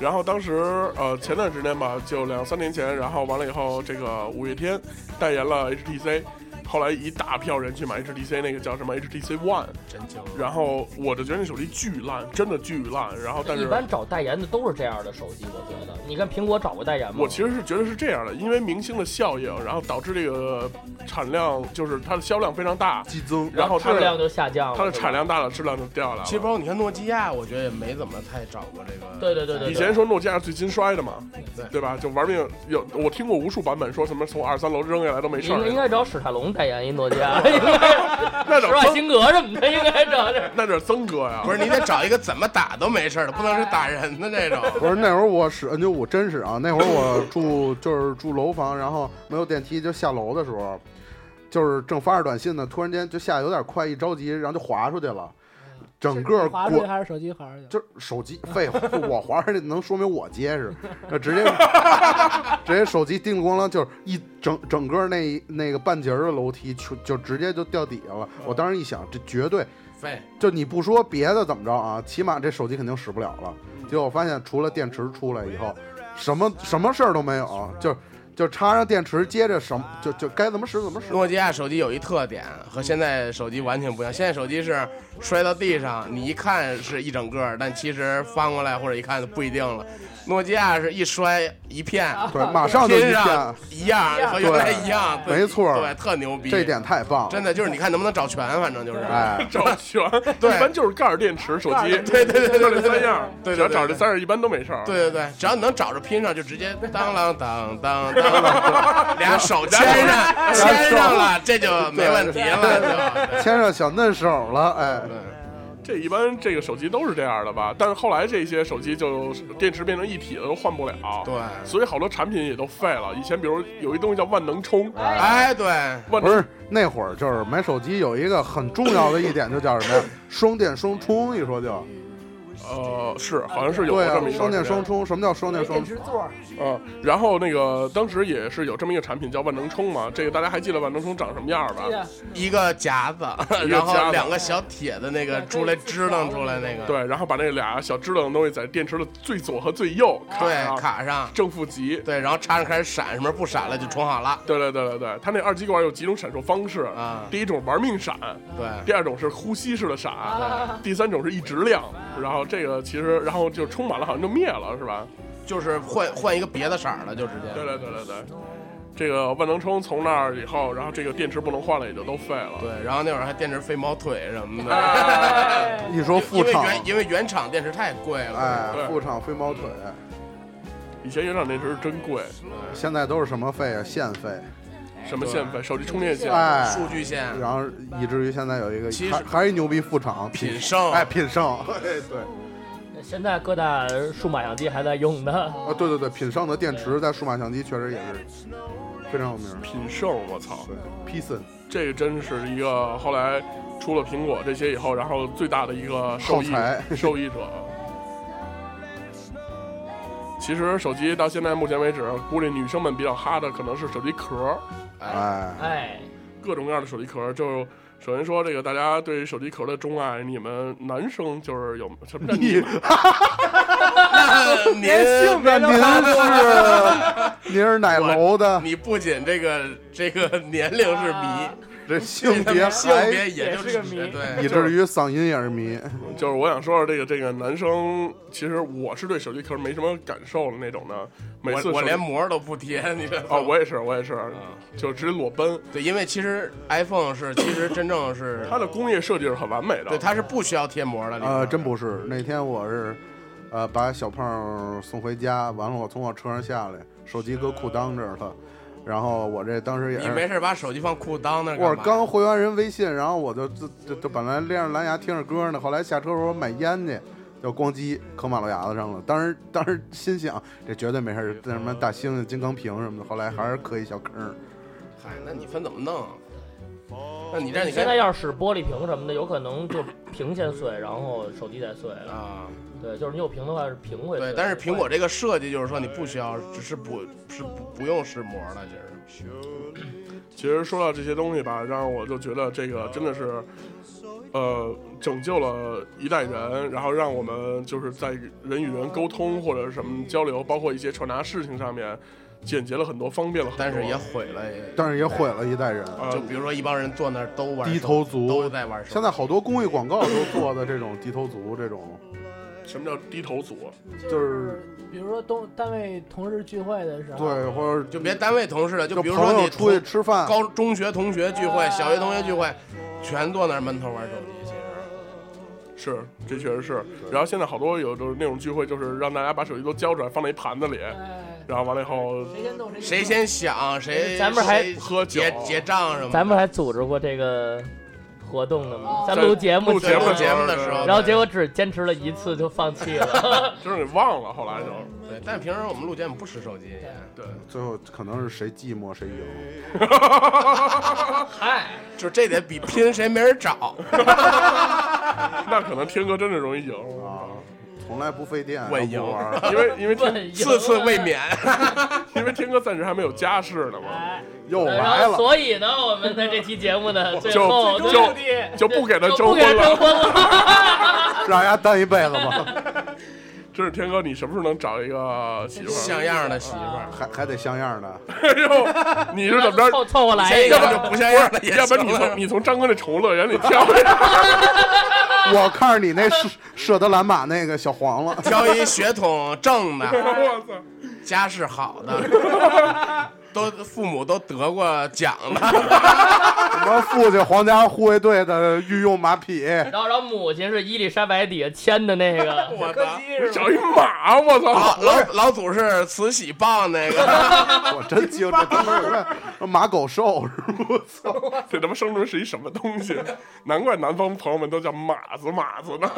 B: 然后当时呃前段时间吧，就两三年前，然后完了以后，这个五月天代言了 HTC，后来一大票人去买 HTC 那个叫什么 HTC One，
D: 真精。
B: 然后我就觉得那手机巨烂，真的巨烂。然后但
C: 一
B: 是
C: 般找代言的都是这样的手机，我觉得。你看苹果找过代言吗？
B: 我其实是觉得是这样的，因为明星的效应，然后导致这个产量就是它的销量非常大，
E: 激增，
B: 然后它
C: 质量
B: 的
C: 就下降了，
B: 它的
C: 是吧
B: 产。量大了，质量就掉下来了。
D: 其实包括你看诺基亚，我觉得也没怎么太找过这个。
C: 对对对 对
B: 以前说诺基亚是最金衰的嘛，
D: 对
B: 对吧？就玩命有，我听过无数版本说什么从二三楼扔下来都没事
C: 应
B: 儿
C: 该，应该找史泰龙代言一诺基 亚，应该
B: 那
C: 施
B: 种
C: 瓦
B: 曾
C: 辛格什么的，应该找这。
B: 那这是曾哥呀，
D: 不是你得找一个怎么打都没事儿的，不能是打人的这种。
E: 不是那会儿我使 N 九五真是啊，那会儿我住就是住楼房，然后没有电梯，就下楼的时候，就是正发着短信呢，突然间就下有点快，一着急，然后就滑出去了，整个
F: 滑出去
E: 滚。
F: 嗯还是手机滑出去？
E: 就是手机，废话，我滑出去能说明我结实，那直接直接手机叮咣啷，就是一整整个那那个半截儿的楼梯，就就直接就掉底下了。我当时一想，这绝对
D: 废，
E: 就你不说别的怎么着啊，起码这手机肯定使不了了。结果我发现，除了电池出来以后，什么什么事儿都没有，就就插上电池，接着什么就就该怎么使怎么使。
D: 诺基亚手机有一特点和现在手机完全不一样，现在手机是摔到地上，你一看是一整个，但其实翻过来或者一看不一定了。诺基亚是一摔一片，
E: 对，马上就一
D: 天上
E: 片，
D: 一样和原来一样，
E: 对
D: 对
E: 没错
D: 对，特牛逼，
E: 这点太棒了，
D: 真的就是你看能不能找全，反正就是，
E: 哎，
B: 找全，
D: 对
B: 一般就是盖儿、电池、手机，
D: 对对对
B: 就这
D: 对对
B: 三样，
D: 对对对
B: 只要找这三样一般都没事儿。
D: 对对对，只要你能找着拼上，就直接当啷当当当啷，俩手牵上牵上了，这就没问题了。
E: 牵上小嫩手了，哎
D: 就，对
B: 这一般这个手机都是这样的吧？但是后来这些手机就呃电池变成一体的都换不了，
D: 对
B: 所以好多产品也都废了。以前比如有一东西叫万能充，
D: 哎对，
B: 万
E: 不
B: 能
E: 是那会儿就是买手机有一个很重要的一点，就叫什 么呀？双电双充，一说就
B: 呃是好像是有过
E: 对
B: 这
E: 啊
B: 么一，
E: 双
B: 段时间
E: 电双充，什么叫双电双
F: 电
E: 充？
F: 池座儿，
B: 嗯，然后那个当时也是有这么一个产品叫万能充嘛，这个大家还记得万能充长什么样吧
F: 对？呀，
D: 一个夹子，然后两个小铁的那个出来支棱出来那个，
B: 对，然后把那俩小支棱的东西在电池的最左和最右卡
D: 对
B: 上，
D: 卡上，
B: 正负极。
D: 对，然后插上开始闪，什么时候不闪了就充好了。
B: 对对对对对，它那二极管有几种闪烁方式
D: 啊
B: 第一种玩命闪，
D: 对，
B: 第二种是呼吸式的闪，第三种是一直亮。然后这个其实，然后就充满了，好像就灭了，是吧？
D: 就是换换一个别的色儿了，就直接。
B: 对对对对对，这个万能充从那儿以后，然后这个电池不能换了，也就都废了。
D: 对，然后那会儿还电池飞猫腿什么 的，
B: 哎
E: 一说副
D: 因为
E: 厂，
D: 原因为原厂电池太贵了，
E: 哎，
B: 对
E: 副厂飞毛腿，
B: 以前原厂电池是真贵，
E: 现在都是什么费啊？线费，
B: 什么线费，手机充电线，
E: 哎，
D: 数据线
E: 然后以至于现在有一个
D: 其实
E: 还还是一牛逼副厂
D: 品胜
E: 哎，品胜，对对，
C: 现在各大数码相机还在用呢。
E: 啊，对对对，品胜的电池在数码相机确实也是非常有名，
B: 品胜，我操！
E: 对，Pison
B: 这个真是一个后来出了苹果这些以后，然后最大的一个受
E: 耗
B: 益
E: 材
B: 受益者。其实手机到现在目前为止，估计女生们比较哈的可能是手机壳，
E: 哎，
C: 哎，
B: 各种各样的手机壳。就首先说这个大家对手机壳的钟爱，你们男生就是 有什么叫 你们？
D: 那 您哎
E: 那您是您是哪楼的？
D: 你不仅这个这个年龄是迷，
E: 这性
D: 这
E: 别
D: 个性
E: 还
D: 别啊也就
F: 也是个谜
D: 对，
E: 以至于嗓音也是迷，
B: 就是我想说说这个这个男生，其实我是对手机壳没什么感受的那种的。每次
D: 我
B: 手
D: 我
B: 机
D: 连啊膜都不贴，你知道吗？
B: 哦，我也是我也是，就直接裸奔。
D: 对，因为其实 iPhone 是其实真正是
B: 它的工业设计是很完美的，
D: 对，它是不需要贴膜的。里面
E: 呃，真不是。那天我是，呃，把小胖送回家，完了我从我车上下来，手机搁裤裆这儿了。然后我这当时也
D: 你
E: 是，
D: 没事把手机放裤裆那儿干嘛
E: 我
D: 呀
E: 是刚回完人微信，然后我就就就就本来连着蓝牙听着歌呢，后来下车时候买烟去，就咣叽磕马路牙子上了。当时当时心想，这绝对没事儿，那什么大猩猩、金刚瓶什么的，后来还是磕一小坑儿。
D: 嗨，那你分怎么弄啊？啊那你这你
C: 现
D: 跟
C: 在要是使玻璃瓶什么的，有可能就屏先碎，然后手机再碎了。
D: 啊，
C: 对，就是你有屏的话是屏会碎。
D: 对，但是苹果这个设计就是说你不需要，只是不是不不用试膜了，其实
B: 其实说到这些东西吧，让我就觉得这个真的是，呃，拯救了一代人，然后让我们就是在人与人沟通或者什么交流，包括一些传达事情上面，简洁了很多，方便了很多。
D: 但是也毁了也。
E: 但是也毁了一代 人。
B: 呃
D: 就比如说一帮人坐那儿都玩手
E: 低头族
D: 都在玩手机
E: 现在好多公益广告都做的这种低头族，这种
B: 什么叫低头族？
E: 就是
F: 比如说东单位同事聚会的时候，
E: 对，或者
D: 就别单位同事了，
E: 就
D: 就比如说
E: 朋
D: 你
E: 友出去吃饭，
D: 高中学同学聚会、小学同学聚会，全坐那儿闷头玩手机。其实
B: 是，这确实是。然后现在好多有就是那种聚会，就是让大家把手机都交出来，放在一盘子里，
F: 哎，
B: 然后完了以后
F: 谁先动谁
D: 谁
F: 先
D: 先想谁，
C: 咱们还
D: 谁
B: 喝酒
D: 结结账什么的。
C: 咱们还组织过这个活动呢嘛，在
B: 在
C: 录节目
B: 录节
D: 目
B: 目
D: 节目的时候
C: 然后结果只坚持了一次就放弃了。
B: 就是给忘了，后来就
D: 对，但平时我们录节目不吃手机，
B: 对。
E: 最后可能是谁寂寞谁赢。
C: 嗨，
D: 就这得比拼谁没人找。
B: 那可能天哥真的容易赢
E: 啊，从来不费电，
D: 我
E: 又不玩儿，
D: 啊
B: 因为因为天
D: 次次卫冕，
B: 因为天哥暂时还没有家室呢嘛，
C: 哎。
E: 又来
C: 然后
E: 了。
C: 所以呢，我们在这期节目 的最
B: 就
C: 后
B: 就
C: 对不对
B: 就不给他
C: 就不
B: 征
C: 给
B: 婚
C: 征婚
B: 了。
C: 了。
E: 让人家单一辈子吧，
B: 真是天哥，你什么时候能找一个媳妇 儿？
D: 像样的媳妇儿。
E: 还还得像样的。
B: 哎呦，你 是怎 么着？
C: 凑凑合来
D: 这
C: 一
D: 个
C: 个，
D: 就不像样的也行了，
B: 要不然你从你从张哥那宠物乐园里挑一个，
E: 我看着你那舍舍得蓝马那个小黄了，
D: 挑一血统正的、
B: 我操！
D: 家世好的，都父母都得过奖的，
E: 什么父亲皇家护卫队的御用马匹，
C: 然后然后母亲是伊丽莎白底下牵的那个，
D: 我
F: 柯
D: 操！
F: 基是吧？
B: 找一马，我
D: 老
B: 操！
D: 老老祖是慈禧棒那个，
E: 我真惊这他妈有个 马狗兽是吗？我操！
B: 这他妈生出是一什么东西？难怪南方朋友们都叫马子马子呢。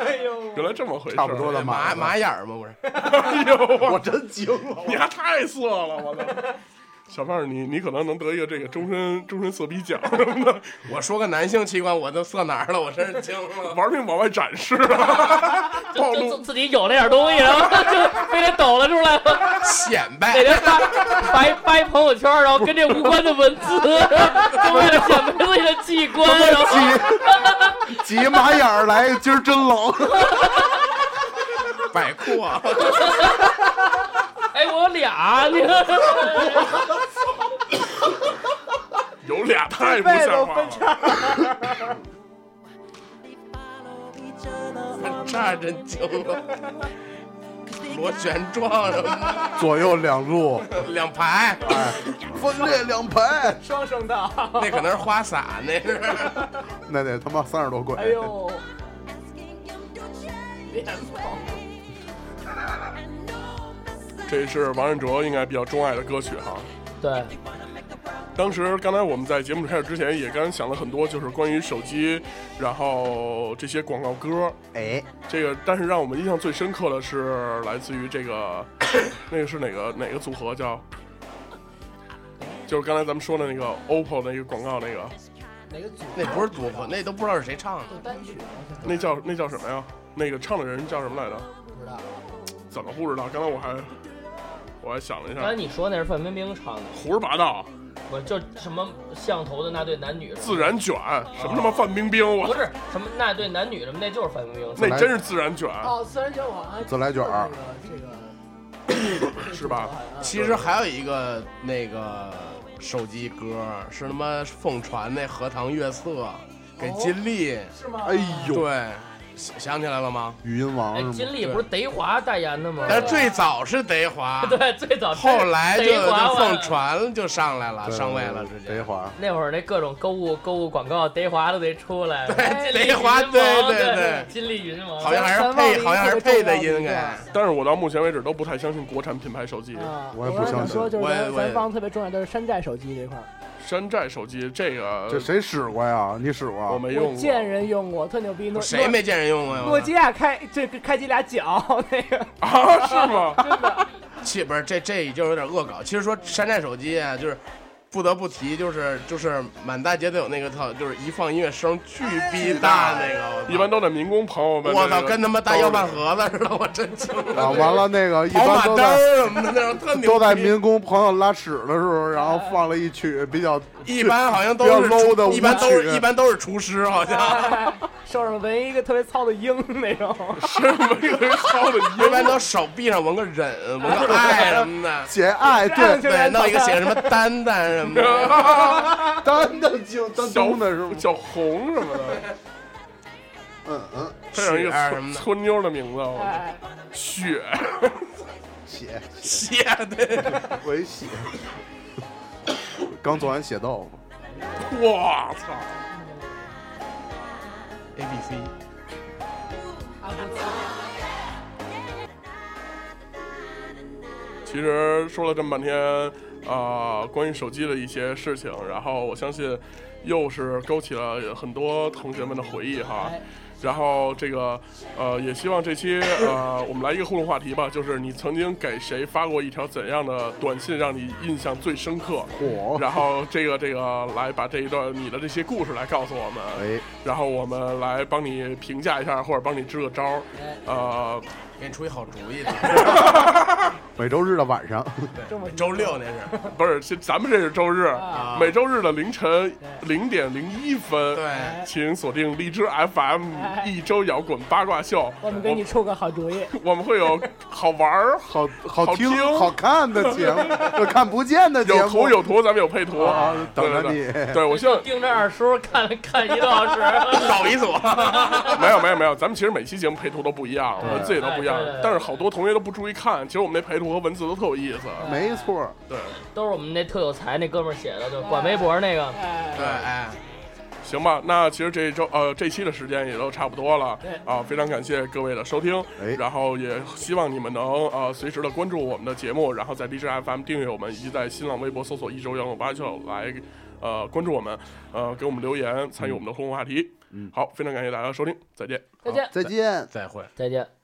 F: 哎呦，
B: 原来这么回事，
E: 差不多了
D: 马马眼儿吗？不是，
B: 哎呦，
E: 我
B: 我
E: 真惊了，
B: 你还太色了，我操！小胖儿，你你可能能得一个这个终身终身色逼奖什么的，
D: 我说个男性器官，我都色哪儿了？我真是惊了。
B: 玩命往外展示啊，
C: 就
B: 暴
C: 就
B: 露
C: 自自己有那点东西，然后 就非得抖了出来了。
D: 显
C: 每
D: 摆，
C: 天发发一发一朋友圈，然后跟这无关的文字，就为了显摆自己的器官，然后
E: 挤挤马眼儿来，今儿真冷。
D: 摆阔、啊。
C: 哎，我有俩，你看，
B: 有俩太不
F: 被
B: 像
F: 都
B: 话
F: 分
B: 了。
F: 叉了，
D: 这儿真惊了，螺旋状什么
E: 左右两路，
D: 的，两排，
E: 分裂两排，
F: 双声道。
D: 那可能是花洒，那是。
E: 那得他妈三十多
F: 哎
E: 块。
F: 呦，脸红。
B: 这是王振卓应该比较钟爱的歌曲哈。
C: 对，
B: 当时刚才我们在节目开始之前也刚想了很多，就是关于手机，然后这些广告歌，
E: 哎，
B: 这个但是让我们印象最深刻的是来自于这个， 那个是哪个哪个组合叫？就是刚才咱们说的那个 OPPO 那个广告那个，
F: 哪个组？
D: 那不是组合，那都不知道是谁唱的。
F: 有单曲吗？
B: 那叫那叫什么呀？那个唱的人叫什么来着？
F: 不知道。
B: 怎么不知道？刚才我还我还想了一
C: 刚才
F: 哎
B: 下，
C: 你说那是范冰冰唱的，
B: 胡说八道，
C: 我就什么像头的那对男女什么的，
B: 自然卷，什么他妈范冰冰，
C: 不
F: 哦
B: 我
C: 是什么那对男女什么，那就是范冰冰。
B: 那真是自然卷，
F: 哦，自然卷我好像
E: 自来卷儿
F: 这个这个
B: 是吧？
D: 其实还有一个那个手机歌是他妈凤传那《荷塘月色》，给金立。
F: 是吗？
E: 哎呦，
D: 对，想想起来了吗？
E: 语音王
C: 哎
E: 是，吗？
C: 金立不是德华代言的吗？，
D: 但是最早是德华
C: 对最早
D: 后 来就
C: 德华
D: 就
C: 嘛
D: 凤传就上来了，
E: 对
D: 上位了，直
E: 德
D: 接。
E: 华，
C: 那会儿那各种购物购物广告，德华都得出来。
D: 对
C: 金立
D: 德华
C: 云王
D: 对对
C: 对
D: 对，
C: 金立云王。
D: 好像还是配，好像还是配的音给。
B: 但是我到目前为止都不太相信国产品牌手机，
F: 啊，
E: 我也不
F: 刚才
E: 相
F: 想
E: 信
F: 说就是
D: 我也
F: 咱
D: 我也
F: 咱方特别重要，就是山寨手机这块儿，
B: 山寨手机这个
E: 这谁使过呀？你使过啊？
B: 我没
F: 我
B: 用过
F: 见人用过，特牛逼。诺
D: 谁没见人用过啊呀？
F: 诺诺
D: 我
F: 基亚开这个开机俩脚 那个，
B: 啊？是 吗？
D: 气不是这这已经有点恶搞。其实说山寨手机啊，就是不得不提，就是就是满大街都有那个套，就是一放音乐声巨逼大
E: 哎
D: 那个。我操
B: 一般都在民工朋友们。
D: 我
B: 这
D: 操，
B: 个
D: 跟他妈大腰拌盒子似的，我真惊
E: 啊，
D: 了。
E: 完了那个一
D: 跑
E: 般
D: 马灯
E: 都在
D: 儿什么的，那种特牛逼。
E: 都在民工朋友拉屎的时候，然
B: 哎
E: 后放了一曲比较
D: 一般好像都
E: 比
D: 是
E: 较 low 的舞
D: 厨一
E: 曲，
D: 般都是一般都是厨师，好像
F: 手上纹一个特别糙的鹰那种。
B: 是吗？一个人薅 的
D: 一般都手臂上纹个忍，纹 个爱什么的
E: 节爱，对，
D: 对，弄一 个写什么丹丹什么的。
E: 单的就单
B: 小
E: 东的是吗？
B: 小红什么的，
E: 嗯嗯，
B: 配上一个
D: 雪啊儿什么
B: 村
D: 的
B: 村妞的名字，我操
F: 哎，
B: 雪
E: 血
D: 血啊对，
E: 我一血，刚做完血豆腐，
B: 我操！
D: A B C，
B: 其实说了这么半天啊、关于手机的一些事情，然后我相信又是勾起了很多同学们的回忆哈。
D: 哎
B: 然后这个呃，也希望这期呃，我们来一个互动话题吧，就是你曾经给谁发过一条怎样的短信让你印象最深刻？
E: 嚯，
B: 然后这个这个来把这一段你的这些故事来告诉我们，
E: 哎，
B: 然后我们来帮你评价一下，或者帮你支个招儿。
F: 哎
B: 呃，
D: 给你出一好主意的，
E: 每周日的晚上，
F: 这么
D: 周六那 是，
B: 不是，这咱们这是周日，
F: 啊
B: 每周日的凌晨零点零一分，
D: 对，
B: 请锁定荔枝 FM
F: 哎
B: 一周摇滚八卦秀，
F: 我们给你出个好主意，
B: 我我们会有好玩儿、
E: 好好听
B: 好听
E: 好看的节目，有看不见 的节目，
B: 有图有图，咱们有配图，
E: 啊
B: 对
E: 等着
B: 对
E: 你
B: 对对，我希 望
C: 盯着二叔看看一个多小时。
D: 搞一组，
B: 没有没有没有，咱们其实每期节目配图都不一样，我们自己都不一样
C: 哎对对对，
B: 但是好多同学都不注意看，其实我们那配图和文字都特有意思。
E: 没错儿，
B: 对，
C: 都是我们那特有才那哥们儿写的，就管微博那个。
D: 对，
F: 哎，
D: 哎，
B: 行吧，那其实这一周呃这期的时间也都差不多了
F: 对
B: 啊，非常感谢各位的收听
E: 哎，
B: 然后也希望你们能呃随时的关注我们的节目，然后在荔枝 FM 订阅我们，以及在新浪微博搜索一周摇滚八秀来呃关注我们，呃给我们留言参与我们的互动话题。嗯，好，非常感谢大家的收听，再见。
F: 再见，
E: 再见。
D: 再会。
C: 再见。